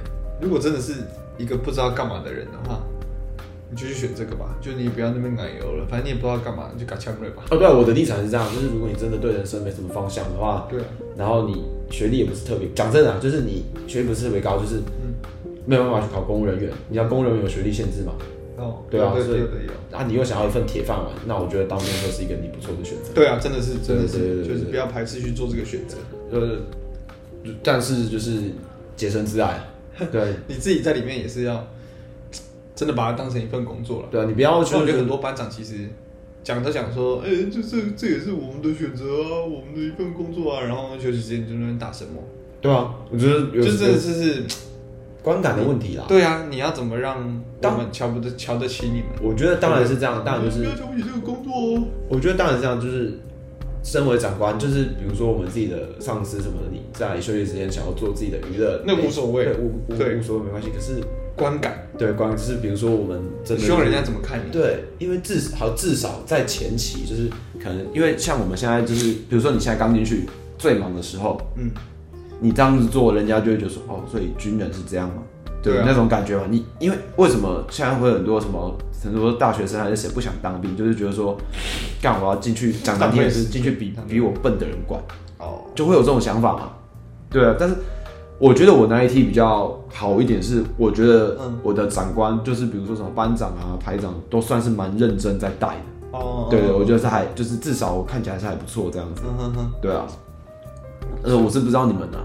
Speaker 2: 如果真的是一个不知道干嘛的人的话，你就去选这个吧，就你不要那边奶油了，反正你也不知道干嘛，你就搞枪瑞吧。
Speaker 1: 哦，对啊、我的立场是这样，就是如果你真的对人生没什么方向的话，
Speaker 2: 对啊，
Speaker 1: 然后你学历也不是特别，讲真的、啊，就是你学历不是特别高，就是
Speaker 2: 嗯
Speaker 1: 没有办法去考公务人员。你知道公务人员有学历限制嘛？
Speaker 2: 哦，
Speaker 1: 对啊
Speaker 2: 对
Speaker 1: 所以
Speaker 2: 对对有。
Speaker 1: 啊，你又想要一份铁饭碗，那我觉得当兵会是一个你不错的选择。
Speaker 2: 对啊，真的是，真
Speaker 1: 对对
Speaker 2: 的
Speaker 1: 对
Speaker 2: 是，
Speaker 1: 对
Speaker 2: 就是
Speaker 1: 对
Speaker 2: 不要排斥去做这个选择。
Speaker 1: 呃，但是就是洁身自爱啊，对
Speaker 2: 你自己在里面也是要真的把它当成一份工作了。
Speaker 1: 对啊，你不要
Speaker 2: 我
Speaker 1: 去
Speaker 2: 觉得很多班长其实讲着讲说，哎、这这这也是我们的选择啊，我们的一份工作啊，然后休息时间就在那边打什么，
Speaker 1: 对啊，我觉得有
Speaker 2: 就真的
Speaker 1: 有
Speaker 2: 是
Speaker 1: 观感的问题啦。
Speaker 2: 对啊，你要怎么让我
Speaker 1: 当
Speaker 2: 们瞧不得瞧得起你们？
Speaker 1: 我觉得当然是这样，当然就是
Speaker 2: 不要瞧不起这个工作哦。
Speaker 1: 我觉得当然是这样，就是身为长官，就是比如说我们自己的上司什么的，你在休息时间想要做自己的娱乐，
Speaker 2: 那无所谓
Speaker 1: 对无无
Speaker 2: 对
Speaker 1: 无所谓没关系。可是
Speaker 2: 观感，
Speaker 1: 对，关于就是比如说我们真的
Speaker 2: 希望人家怎么看你？
Speaker 1: 对，因为至好至少在前期就是
Speaker 3: 可能因为像我们现在就是，比如说你现在刚进去最忙的时候，
Speaker 2: 嗯，
Speaker 3: 你这样子做，人家就会觉得说，哦，所以军人是这样吗？对，
Speaker 2: 对啊
Speaker 3: 那种感觉嘛。你因为为什么现在会很多什么很多大学生还是谁不想当兵，就是觉得说，干我要进去讲难听点是进去比比我笨的人管，
Speaker 2: 哦，
Speaker 3: 就会有这种想法嘛。对啊，但是我觉得我那一梯比较好一点是，我觉得
Speaker 2: 嗯
Speaker 3: 我的长官就是比如说什么班长啊、排长都算是蛮认真在带的。
Speaker 2: 哦，
Speaker 3: 对对，我觉得是还就是至少我看起来是还不错这样子。
Speaker 2: 嗯哼哼，
Speaker 3: 对啊，呃，我是不知道你们啊。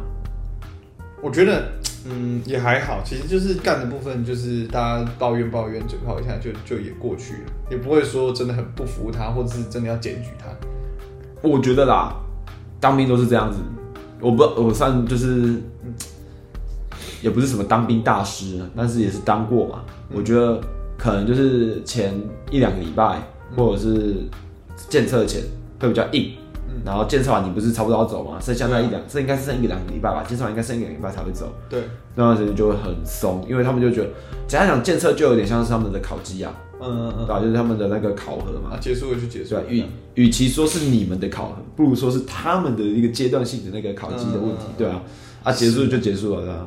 Speaker 2: 我觉得。嗯，也还好，其实就是干的部分，就是大家抱怨抱怨，嘴炮一下就就也过去了，也不会说真的很不服他，或者是真的要检举他。
Speaker 3: 我觉得啦，当兵都是这样子。我不，我算就是，也不是什么当兵大师，但是也是当过嘛。
Speaker 2: 嗯
Speaker 3: 我觉得可能就是前一两个礼拜，
Speaker 2: 嗯
Speaker 3: 或者是检测前会比较硬。
Speaker 2: 嗯
Speaker 3: 然后检测完你不是差不多要走嘛，剩下那一
Speaker 2: 啊
Speaker 3: 两，这应该是剩一两个礼拜吧，检测完应该剩一个礼拜才会走。
Speaker 2: 对，
Speaker 3: 那段时间就会很松，因为他们就觉得，简单讲，检测就有点像是他们的烤鸡啊，
Speaker 2: 嗯
Speaker 3: 对
Speaker 2: 嗯
Speaker 3: 吧、就是他们的那个考核嘛
Speaker 2: 嗯，。啊，结束了就结束
Speaker 3: 对
Speaker 2: 了
Speaker 3: 吧，？与与其说是你们的考核，不如说是他们的一个阶段性的那个考级的问题
Speaker 2: 嗯，
Speaker 3: 对啊，啊，结束就结束了，对啊。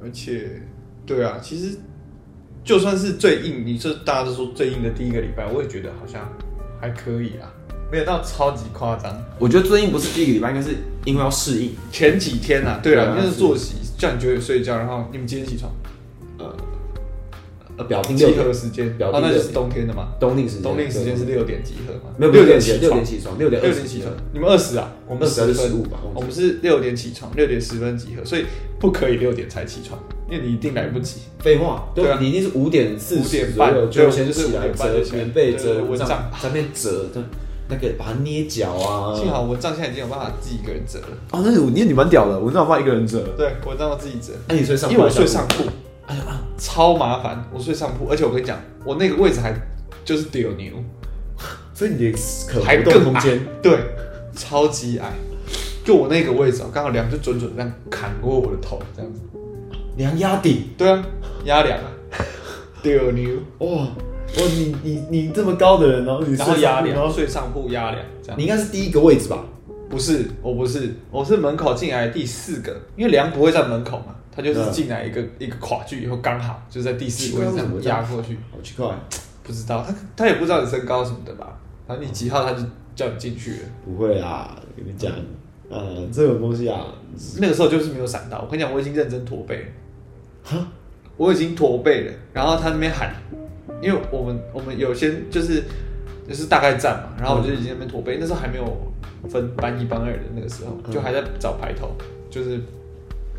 Speaker 2: 而且，对啊，其实就算是最硬，你这大家都说最硬的第一个礼拜，我也觉得好像还可以啊，没有到超级夸张。
Speaker 3: 我觉得最近不是第一个礼拜，应该是因为要适应，
Speaker 2: 前几天啊，对
Speaker 3: 对
Speaker 2: 啊
Speaker 3: 啊，
Speaker 2: 那是
Speaker 3: 是
Speaker 2: 作息，叫你九点睡觉，然后你们几点起床？
Speaker 1: 呃表定
Speaker 2: 集
Speaker 1: 六点
Speaker 2: 合时间，
Speaker 1: 表
Speaker 2: 哦，
Speaker 1: 定
Speaker 2: 那
Speaker 1: 六
Speaker 2: 就是
Speaker 1: 点，
Speaker 2: 冬天的嘛。
Speaker 1: 冬令时间，
Speaker 2: 冬令时间是
Speaker 1: 对
Speaker 2: 六点集合嘛？
Speaker 1: 没有没有
Speaker 2: 六
Speaker 1: 六点
Speaker 2: 起
Speaker 1: 六
Speaker 2: 床
Speaker 1: 点，起床，六点
Speaker 2: 六
Speaker 1: 二十
Speaker 2: 点起床。你们二十啊，我们
Speaker 1: 20
Speaker 2: 十
Speaker 1: 还是15
Speaker 2: 分
Speaker 1: 吧忘记了
Speaker 2: 我们是六点起床，六点十分集合，所以不可以六点才起床，因为你一定来不及。
Speaker 1: 废话，
Speaker 2: 对啊
Speaker 1: 你一定是五点四
Speaker 2: 5
Speaker 1: 十
Speaker 2: 点
Speaker 1: 左
Speaker 2: 半
Speaker 1: 右
Speaker 2: 对
Speaker 1: 就
Speaker 2: 我
Speaker 1: 先
Speaker 2: 就是
Speaker 1: 起来
Speaker 2: 5点半
Speaker 1: 折
Speaker 2: 就起来
Speaker 1: 棉被、
Speaker 2: 对
Speaker 1: 折
Speaker 2: 蚊
Speaker 1: 蚊
Speaker 2: 帐
Speaker 1: 帐，上面折的那个把它捏脚啊。
Speaker 2: 幸好我账现在已经有办法自己一个人折了。
Speaker 3: 哦，那你你蛮屌的，我那我妈一个人折，
Speaker 2: 对，我让我自己折，
Speaker 1: 那你睡上
Speaker 2: 因为
Speaker 1: 铺
Speaker 2: 我
Speaker 1: 还是
Speaker 2: 睡
Speaker 1: 下
Speaker 2: 上
Speaker 1: 铺
Speaker 2: 铺，哎呀，超麻烦。我睡上铺，而且我跟你讲，我那个位置还就是丢牛，
Speaker 4: 所以你的可
Speaker 2: 还
Speaker 4: 活动
Speaker 2: 更
Speaker 4: 空
Speaker 2: 矮
Speaker 4: 间，
Speaker 2: 对，超级矮。就我那个位置哦，刚好梁就准准这样砍过我的头，这样子。
Speaker 4: 量压顶，
Speaker 2: 对啊，压 *laughs* 梁啊，丢牛，
Speaker 4: 哇哇，你你你这么高的人，
Speaker 1: 哦
Speaker 4: 然后你
Speaker 2: 然后
Speaker 4: 睡
Speaker 2: 压
Speaker 4: 上铺然
Speaker 2: 梁，
Speaker 4: 后
Speaker 2: 睡上铺压梁，这样。
Speaker 4: 你应该是第一个位置吧？
Speaker 2: 不是，我不是，我是门口进来的第四个，因为梁不会在门口嘛，他就是进来一个、一个跨距以后刚好就在第四个位置
Speaker 4: 嗯奇怪为什么
Speaker 2: 上
Speaker 4: 这样
Speaker 2: 压过去，
Speaker 4: 好奇怪，
Speaker 2: 不知道他他也不知道你身高什么的吧，然后你几号他就叫你进去了，
Speaker 4: 不会啦，跟你讲，呃，这种东西啊，
Speaker 2: 那个时候就是没有闪到，我跟你讲，我已经认真驼背了，
Speaker 4: 哈，
Speaker 2: 我已经驼背了，然后他那边喊，因为我们我们有些就是就是大概站嘛，然后我就已经在那边驼背，那时候还没有分班一班二的那个时候，就还在找排头，就是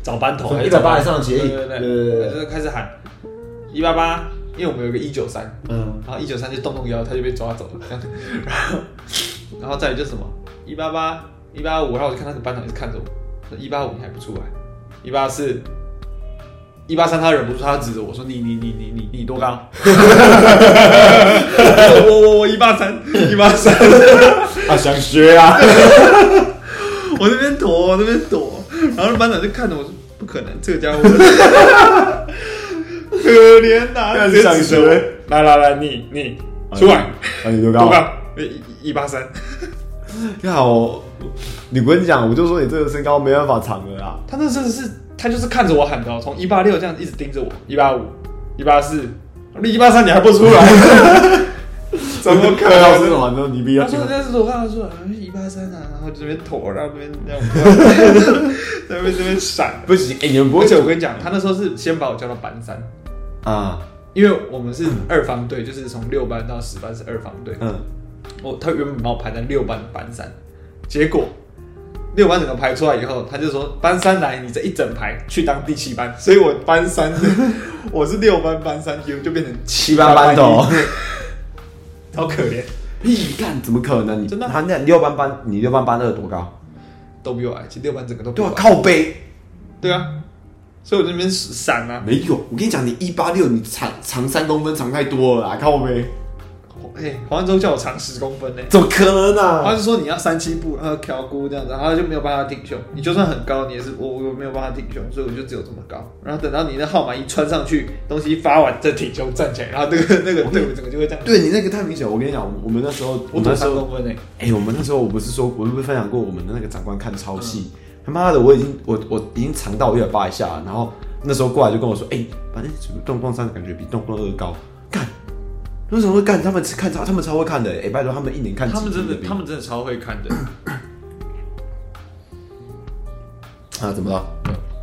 Speaker 2: 找班头，
Speaker 4: 从
Speaker 2: 还是找班
Speaker 4: 180上起
Speaker 2: 对对对
Speaker 4: 对对对
Speaker 2: 对，就是开始喊一八八，因为我们有一个一九三，
Speaker 4: 嗯，
Speaker 2: 然后一九三就动动腰，他就被抓走了， *laughs* 这样然后然后再来就是什么一八八一八五，185, 然后我就看他的班长一直看着我，说一八五你还不出来，一八四。一八三，他忍不住，他指着我说：“你你你你你你多高？”我我我一八三，一八三，
Speaker 4: 啊，想学
Speaker 1: *laughs*
Speaker 4: 啊，
Speaker 2: 我那边躲，我那边躲，然后班长就看着我说：“不可能，这个 *laughs* 家伙可怜呐、啊，
Speaker 1: 那
Speaker 2: 直接
Speaker 1: 是想
Speaker 2: 指着我
Speaker 1: 学，
Speaker 2: 来来来，你你出来，
Speaker 1: 啊，你多
Speaker 2: 多
Speaker 1: 高？
Speaker 2: 高？一一八三。
Speaker 1: 你好，你跟你讲，我就说你这个身高没办法藏了啦。
Speaker 2: 他那真的是，他就是看着我喊的哦，从一八六这样一直盯着我，一八五、一八四，一八三你还不出来？ *laughs* 怎
Speaker 1: *laughs*
Speaker 2: 么可
Speaker 1: 老师什
Speaker 2: 能？
Speaker 1: 么？你说你比
Speaker 2: 他
Speaker 1: 较
Speaker 2: 说：“但是我看他说一八三啊，然后这边头，然后这边这样， *laughs* 在那边这边闪。
Speaker 1: 不行，哎，你们不
Speaker 2: 而
Speaker 1: 会
Speaker 2: 且
Speaker 1: 讲
Speaker 2: 我跟你讲，他那时候是先把我叫到班三，
Speaker 1: 啊？
Speaker 2: 因为我们是二方队，就是从六班到十班是二方队。
Speaker 1: 嗯，
Speaker 2: 我他原本把我排在六班的班三，结果六班整个排出来以后，他就说班三来，你这一整排去当第七班，所以我班三是我是六班班三，结果就变成
Speaker 1: 七八班头
Speaker 2: 一，超可怜，
Speaker 1: 屁干，怎么可能？你
Speaker 2: 真的
Speaker 1: 他那六班班，你六班班二多高？
Speaker 2: 都比我矮，其实六班整个都比
Speaker 1: 对
Speaker 2: 我
Speaker 1: 啊，
Speaker 2: 矮，
Speaker 1: 靠背
Speaker 2: 对啊，所以我这边闪啊，
Speaker 1: 没有。我跟你讲，你一八六，你长长三公分，长太多了啦，靠背
Speaker 2: 哎、黄安洲叫我长十公分呢、
Speaker 1: 怎么可能
Speaker 2: 他
Speaker 1: 啊？
Speaker 2: 就说你要三七步，然后调估这样子，然后他就没有办法挺胸。你就算很高，你也是我我没有办法挺胸，所以我就只有这么高。然后等到你的号码一穿上去，东西发完再挺胸站起来，然后那个那个队伍整个就会这样。
Speaker 1: 对你那个太明显，我跟你讲，我们那时候，
Speaker 2: 我
Speaker 1: 那
Speaker 2: 躲
Speaker 1: 时
Speaker 2: 三
Speaker 1: 候
Speaker 2: 公分诶、
Speaker 1: 哎、我们那时候我不是说，我是不是分享过我们的那个长官看超戏？他妈的，我已经我我已经长到一百八以下了，然后那时候过来就跟我说，哎、反正怎么动动三的感觉比动动二高，干，为什么会干？他们看超，他们超会看的、哎、拜托他们一年看几
Speaker 2: 他们
Speaker 1: 集
Speaker 2: 真的
Speaker 1: 比
Speaker 2: 他们真的超会看的。 *coughs*
Speaker 1: 啊，怎么了？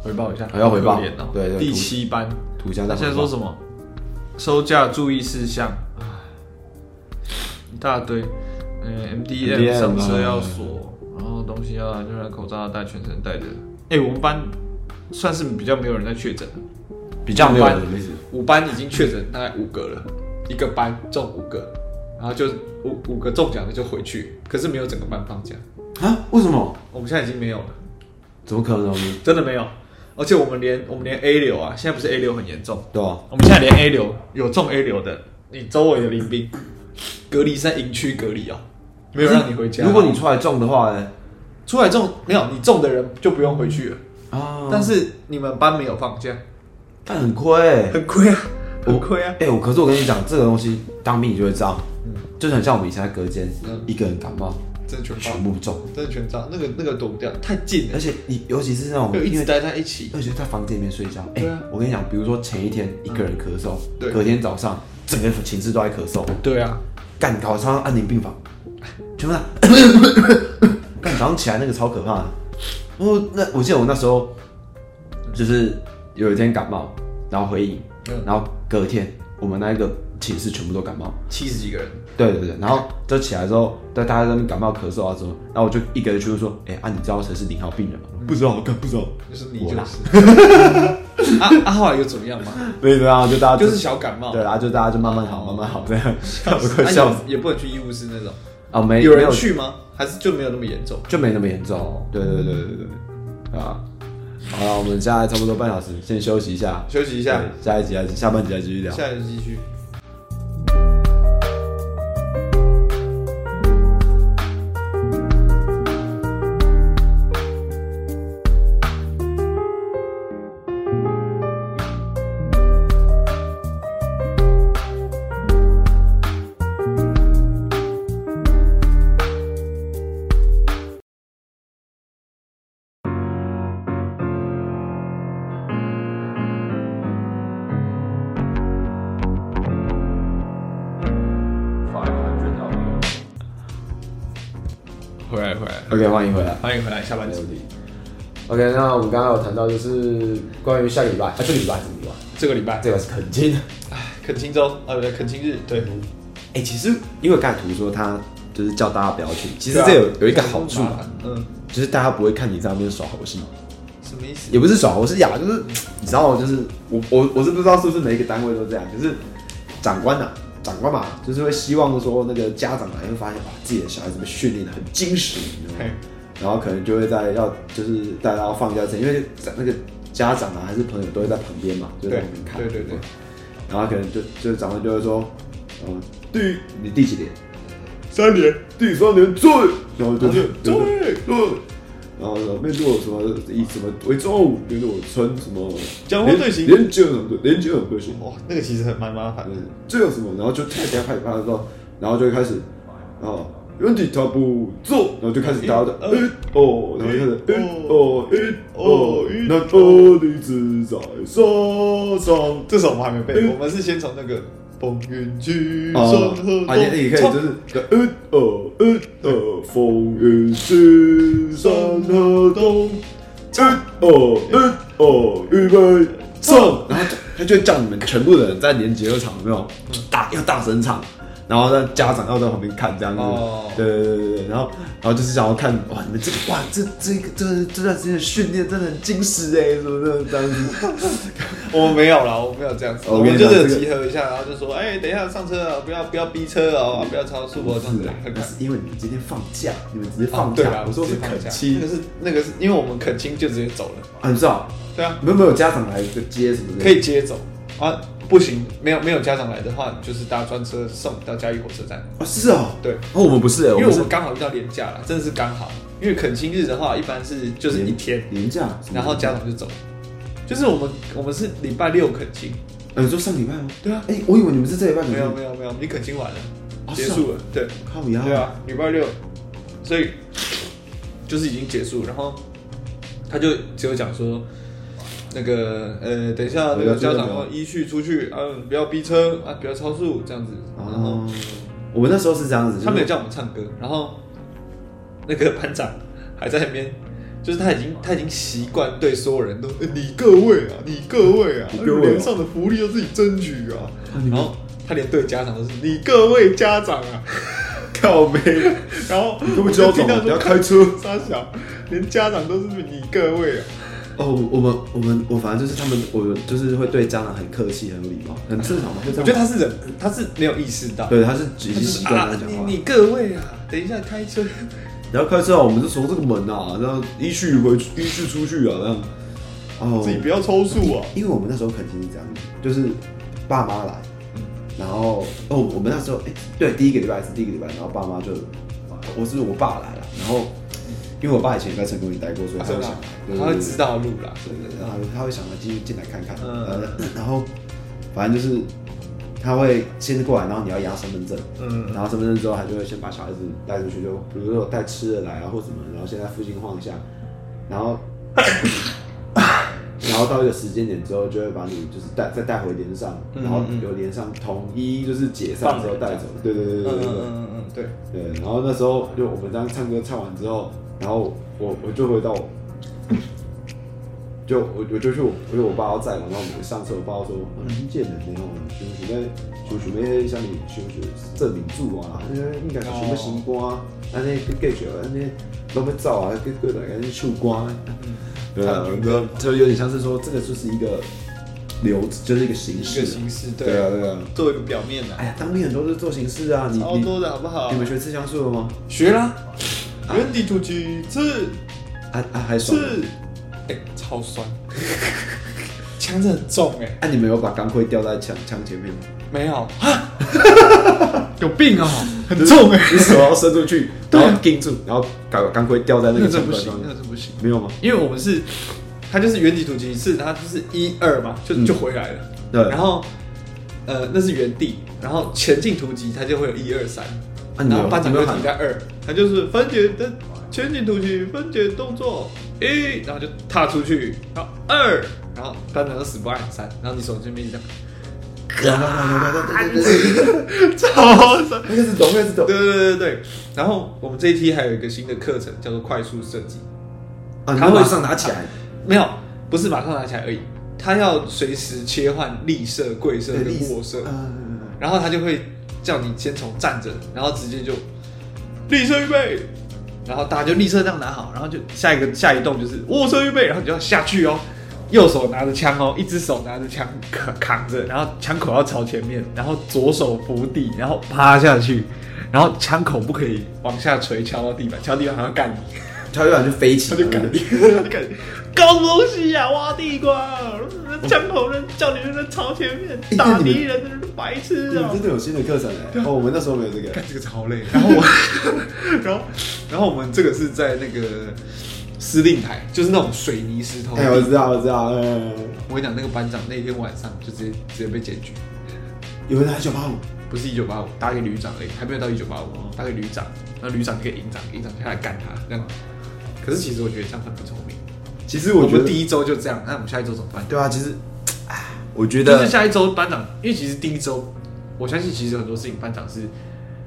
Speaker 2: 回报一下
Speaker 1: 还要回报
Speaker 2: 嗯好可怜哦
Speaker 1: 对对
Speaker 2: 第七班，
Speaker 1: 涂家
Speaker 2: 他
Speaker 1: 在
Speaker 2: 现在说什么？收价注意事项，唉一大堆。嗯，MDM
Speaker 1: MDM
Speaker 2: 上车
Speaker 1: 啊
Speaker 2: 要锁，然后东西要就是口罩要戴，全程戴着。哎、我们班算是比较没有人在确诊，
Speaker 1: 比较没有
Speaker 2: 班
Speaker 1: 人的意思，
Speaker 2: 五班已经确诊大概五个了，一个班中五个，然后就五五个中奖的就回去，可是没有整个班放假。
Speaker 1: 啊？为什么？
Speaker 2: 我们现在已经没有了，
Speaker 1: 怎么可能？我们
Speaker 2: 真的没有。而且我们连我们连 A 流啊，现在不是 A 流很严重，
Speaker 1: 对吧、
Speaker 2: 我们现在连 A 流有中 A 流的，你周围的邻兵隔离是在营区隔离哦，没有让你回家哦。
Speaker 1: 如果你出来中的话呢？
Speaker 2: 出来中没有，你中的人就不用回去了。
Speaker 1: 啊，
Speaker 2: 但是你们班没有放假，
Speaker 1: 但很亏、欸，
Speaker 2: 很亏啊，
Speaker 1: 我
Speaker 2: 很亏啊。
Speaker 1: 哎、我可是我跟你讲，这个东西当兵你就会知道，就是很像我们以前在隔间，
Speaker 2: 嗯
Speaker 1: 一个人感冒
Speaker 2: 真的全
Speaker 1: 全
Speaker 2: 爆，
Speaker 1: 部中。
Speaker 2: 真的全炸，那个那个躲不掉，太近了
Speaker 1: 而，且你尤其是那种
Speaker 2: 就一
Speaker 1: 因
Speaker 2: 直
Speaker 1: 为
Speaker 2: 待在一起。
Speaker 1: 而且在房间里面睡觉，哎、
Speaker 2: 对啊
Speaker 1: 我跟你讲，比如说前一天一个人咳嗽，
Speaker 2: 对
Speaker 1: 隔天早上整个寝室都在咳嗽，
Speaker 2: 对啊，
Speaker 1: 干搞上安宁病房，全部在 *coughs* 干早上起来那个超可怕的。我那我记得我那时候就是有一天感冒，然后回营，
Speaker 2: 嗯
Speaker 1: 然后隔天我们那一个寝室全部都感冒。
Speaker 2: 七十几个人，
Speaker 1: 对对对，然后就起来之后，大大家在那边感冒咳嗽啊什么，然后我就一个人去问说，哎、啊你知道谁是零号病人吗？
Speaker 2: 嗯
Speaker 1: 不知道，干不知道，
Speaker 2: 就是你
Speaker 1: 我
Speaker 2: 就
Speaker 1: 啦
Speaker 2: 是。 *laughs* 啊啊，后来又怎么样嘛？
Speaker 1: 对对啊，就大家
Speaker 2: 就是小感冒， *laughs*
Speaker 1: 对，然后就大家就慢慢好，慢慢好这样， *laughs* 我快
Speaker 2: 啊
Speaker 1: 笑死
Speaker 2: 也也不能去医务室那种。
Speaker 1: 啊！没
Speaker 2: 有
Speaker 1: 没
Speaker 2: 人
Speaker 1: 有
Speaker 2: 去吗？还是就没有那么严重？
Speaker 1: 就没那么严
Speaker 2: 哦
Speaker 1: 重，对对对对对对啊！好了，我们现在差不多半小时，先休息一下。
Speaker 2: 休息一下，
Speaker 1: 对下一集还是下半集再继续聊。
Speaker 2: 下一集继续。回来回来，
Speaker 1: OK，欢迎回来。
Speaker 2: 欢迎回来，下半
Speaker 4: 没
Speaker 2: 集
Speaker 4: 问。题。OK，那我们刚刚有谈到就是关于下个礼拜啊，这个礼拜这个礼拜，
Speaker 2: 这个礼拜
Speaker 4: 这，个是肯金。
Speaker 2: 恳亲周，呃，不对，恳亲日，对，
Speaker 1: 哎、其实因为盖图说他就是叫大家不要去，其实
Speaker 2: 对啊
Speaker 1: 这有、有一个好处啊，，
Speaker 2: 嗯，
Speaker 1: 就是大家不会看你在那边耍猴戏，
Speaker 2: 什么意思？
Speaker 1: 也不是耍猴戏啊，就是你知道，就是我我我是不知道是不是每一个单位都这样，就是长官呐、啊长官嘛，就是会希望说那个家长啊，会发现哇，自己的小孩子被训练的啊很精实，
Speaker 2: *laughs*
Speaker 1: 你知道吗
Speaker 2: 嘿
Speaker 1: 然后可能就会在要就是带他放假前，因为那个家长啊还是朋友都会在旁边嘛，就
Speaker 2: 对
Speaker 1: 在旁边看，
Speaker 2: 对对对，
Speaker 1: 然后可能就就是长官就会说，嗯，第你第几年？
Speaker 2: 三年，
Speaker 1: 第三年最，然后就
Speaker 2: 然后就
Speaker 1: 对对，然后说面对我什么以什么为重，面对我穿什么
Speaker 2: 讲话队形
Speaker 1: 连接很对，连接很贵型，
Speaker 2: 哇，那个其实很蛮麻烦的，
Speaker 1: 这有什么？然后就开始拍拍的时候，然后就会开始，哦，问题他不做，然后就开始大家的，哎哦，然后就开始，哎哦，哎哦，那哦，你只在说上。
Speaker 2: 这首我们还没背，
Speaker 1: 嗯
Speaker 2: 我们是先从那个风云起，山河
Speaker 1: 哦
Speaker 2: 动，
Speaker 1: 啊，也也可以，
Speaker 2: 唱
Speaker 1: 就是呃呃呃呃，风云起，山河动，呃哦呃哦，预备唱，然后他就叫你们全部的人在连结合唱，有没有？
Speaker 2: 嗯
Speaker 1: 大要大声唱。然后让家长要在旁边看这样子
Speaker 2: 哦，
Speaker 1: 对对对对对，然后然后就是想要看哇，你们这个哇这这个这这段时间的训练真的很精实哎，什么的这样子，
Speaker 2: 我们没有啦，我们没有这样子，
Speaker 1: 哦
Speaker 2: 我
Speaker 1: 我跟
Speaker 2: 们
Speaker 1: 你
Speaker 2: 就
Speaker 1: 讲
Speaker 2: 是有
Speaker 1: 这个
Speaker 2: 集合一下，然后就说，哎，等一下上车啊，不要不要逼车哦，啊不要超速哦，这样
Speaker 1: 嗯是
Speaker 2: 子
Speaker 1: 啊，
Speaker 2: 很
Speaker 1: 那
Speaker 2: 看。
Speaker 1: 是因为你们今天放假，你们直接
Speaker 2: 啊
Speaker 1: 放
Speaker 2: 对
Speaker 1: 假，
Speaker 2: 啊，
Speaker 1: 我说
Speaker 2: 直
Speaker 1: 是
Speaker 2: 接放假
Speaker 1: 恳亲
Speaker 2: 那，个是那个是因为我们恳亲就直接走了，
Speaker 1: 啊，你知道，
Speaker 2: 对啊，
Speaker 1: 没有没有家长来接什么的，
Speaker 2: 可以接走啊，不行，没有没有家长来的话，就是搭专车送到嘉义火车站，
Speaker 1: 哦，是哦，
Speaker 2: 对，
Speaker 1: 哦，我们不是，
Speaker 2: 因为我
Speaker 1: 是
Speaker 2: 们刚好遇到廉价了，真的是刚好，因为恳亲日的话，一般是就是一天，
Speaker 1: 年假，什么的
Speaker 2: 然后家，长就走了，就是我们我们是礼拜六恳亲，
Speaker 1: 呃，你说上礼拜吗？
Speaker 2: 对啊
Speaker 1: 哎，我以为你们是这礼拜，
Speaker 2: 没有没有没有，你恳亲完了，
Speaker 1: 哦
Speaker 2: 结
Speaker 1: 是啊
Speaker 2: 束了，对。
Speaker 1: 靠呀，
Speaker 2: 对，啊，礼拜六，所以就是已经结束，然后他就只有讲说，那个呃，等一下那个家长要依序出去，嗯、不要逼车啊，不要超速这样子，然后
Speaker 1: 哦，我们那时候是这样子，
Speaker 2: 他没有
Speaker 1: 就是
Speaker 2: 叫我们唱歌，然后那个班长还在那边。就是他已经他已经习惯对所有人都、呃你各位啊，你各位啊，
Speaker 1: 你各位啊
Speaker 2: 连上的福利要自己争取啊
Speaker 1: 啊你。们
Speaker 2: 然后他连对家长都是你各位家长 *laughs* 啊，
Speaker 1: 靠背，
Speaker 2: 然后
Speaker 1: 你根
Speaker 2: 我
Speaker 1: 本
Speaker 2: 就
Speaker 1: 教
Speaker 2: 听
Speaker 1: 懂了，
Speaker 2: 到
Speaker 1: 不
Speaker 2: 说
Speaker 1: 要开车。
Speaker 2: *laughs* 傻小，连家长都是你各位啊。
Speaker 1: 哦，我们我们我反正就是他们，我们就是会对家长很客气，很有礼貌，很正常嘛，就这样
Speaker 2: 我觉得他是人，他是没有意识到，
Speaker 1: 对，他是已
Speaker 2: 他
Speaker 1: 经
Speaker 2: 就
Speaker 1: 习
Speaker 2: 是
Speaker 1: 惯
Speaker 2: 啊
Speaker 1: 他讲，话
Speaker 2: 你，你各位啊，等一下开车，
Speaker 1: 然后开车啊，我们是从这个门啊，然后依序回去，依序出去啊，这样，哦，
Speaker 2: 自己不要超速啊。
Speaker 1: 因为我们那时候肯定是这样，就是爸妈来，然后哦，我们那时候哎、对，第一个礼拜是第一个礼拜，然后爸妈就，我是我爸来了，然后因为我爸以前也在成功里待过，所以他
Speaker 2: 真
Speaker 1: 会
Speaker 2: 的
Speaker 1: 想
Speaker 2: 啊
Speaker 1: 来，，对
Speaker 2: 他会知，道路啦。
Speaker 1: 对对对对，然后他会想来进进来看看，
Speaker 2: 嗯
Speaker 1: 呃，然后反正就是他会先过来，然后你要压身份证，
Speaker 2: 嗯
Speaker 1: 然后身份证之后，他就会先把小孩子带出去，就比如说带吃的来啊，或什么，然后先在附近晃一下，然后，然后到一个时间点之后，就会把你就是带再带回连上，
Speaker 2: 嗯
Speaker 1: 然后
Speaker 2: 嗯嗯
Speaker 1: 有连上统一就是解散之后带走，对对对对
Speaker 2: 嗯
Speaker 1: 对对
Speaker 2: 嗯嗯嗯，对，
Speaker 1: 对。然后那时候就我们这样唱歌唱完之后，然后我我就回到我，就我我就去我我就我爸要载我，然后我们上车，我爸说你见人没有，熊熊在熊熊在向你熊熊证明住啊，那个应该是什么新歌啊，那那个介绍那那都没走啊，各各来个是唱歌。
Speaker 2: 嗯
Speaker 1: 对啊，就有点像是说，这个就是一个流，就是一个形
Speaker 2: 一
Speaker 1: 式，
Speaker 2: 个形式，
Speaker 1: 对啊，对啊。
Speaker 2: 做一个表面的
Speaker 1: 哎，呀，当兵很多都是做形式啊，你
Speaker 2: 超
Speaker 1: 你
Speaker 2: 多的好不好
Speaker 1: 你？们学啊吃香素了吗？
Speaker 2: 学啦，原地出去，次
Speaker 1: 啊啊，还爽吗
Speaker 2: 次，哎、超酸，枪真的很重哎、
Speaker 1: 哎、你们有把钢盔吊在枪枪前面吗？
Speaker 2: 没有啊， *laughs* 有病啊、很重哎、
Speaker 1: 你手要伸出去，
Speaker 2: 对
Speaker 1: 然后定住，然后钢钢盔吊在那
Speaker 2: *laughs* 那个
Speaker 1: 个枪
Speaker 2: 真的不
Speaker 1: 管
Speaker 2: 行
Speaker 1: 上，面
Speaker 2: 那个，真的不行，
Speaker 1: 没有吗？
Speaker 2: 因为我们是，它就是原地突击是它就是一二嘛，就
Speaker 1: 嗯
Speaker 2: 就回来了，
Speaker 1: 对
Speaker 2: 然后呃那是原地，然后前进突击它就会有一二三，
Speaker 1: 啊你
Speaker 2: 然
Speaker 1: 们
Speaker 2: 后
Speaker 1: 有
Speaker 2: 班长
Speaker 1: 你
Speaker 2: 就
Speaker 1: 们有
Speaker 2: 停
Speaker 1: 喊
Speaker 2: 在二，它就是分解的前进突击分解动作一，然后就踏出去，然后二，然后班长就死不按三，然后你手这边一直啊这样，超酸。
Speaker 1: 开始懂，开 *laughs* 始懂
Speaker 2: 对对对对对，然后我们这一期还有一个新的课程叫做快速设计，
Speaker 1: 啊！
Speaker 2: 他
Speaker 1: 他
Speaker 2: 会
Speaker 1: 马上拿起来，
Speaker 2: 没有，不是马上拿起来而已，他要随时切换立射、跪射跟
Speaker 1: 对立
Speaker 2: 卧射，
Speaker 1: 嗯
Speaker 2: 然后他就会叫你先从站着，然后直接就立射预备，然后大家就立射这样拿好，然后就下一个下一动就是卧射预备，然后你就要下去哦。右手拿着枪哦，一只手拿着枪扛扛着，然后枪口要朝前面，然后左手扶地，然后趴下去，然后枪口不可以往下垂，敲到地板，敲地板好像 *laughs* 干你。
Speaker 1: 他突然就飞起
Speaker 2: 他
Speaker 1: 来
Speaker 2: 就
Speaker 1: 了，*laughs*
Speaker 2: 感觉，他就感觉，搞什么东西呀、挖啊地 *laughs* 瓜，江口人叫你们在朝前面
Speaker 1: 哎
Speaker 2: 打
Speaker 1: 那你们
Speaker 2: 敌人，真是白痴啊
Speaker 1: 你！真的有新的课程哎！哦，我们那时候没有这个
Speaker 2: 干，这个超累。然后我， *laughs* 然后，然后我们这个是在那个司令台，就是那种水泥石头地。
Speaker 1: 哎，我知道，我知道，嗯，
Speaker 2: 我跟你讲，那个班长那天晚上就直接直接被检举，
Speaker 1: 有人拿九八五，
Speaker 2: 不是一九八五，打给旅长而已，还没有到一九八五，哦打给旅长，然后旅长给营长，营长下来干他这样。可是其实我觉得这样很不聪明。
Speaker 1: 其实我觉
Speaker 2: 们
Speaker 1: 得
Speaker 2: 第一周就这样，那我们下一周怎么办？
Speaker 1: 对啊，其实，唉我觉
Speaker 2: 就
Speaker 1: 得
Speaker 2: 是下一周班长，因为其实第一周，我相信其实很多事情班长是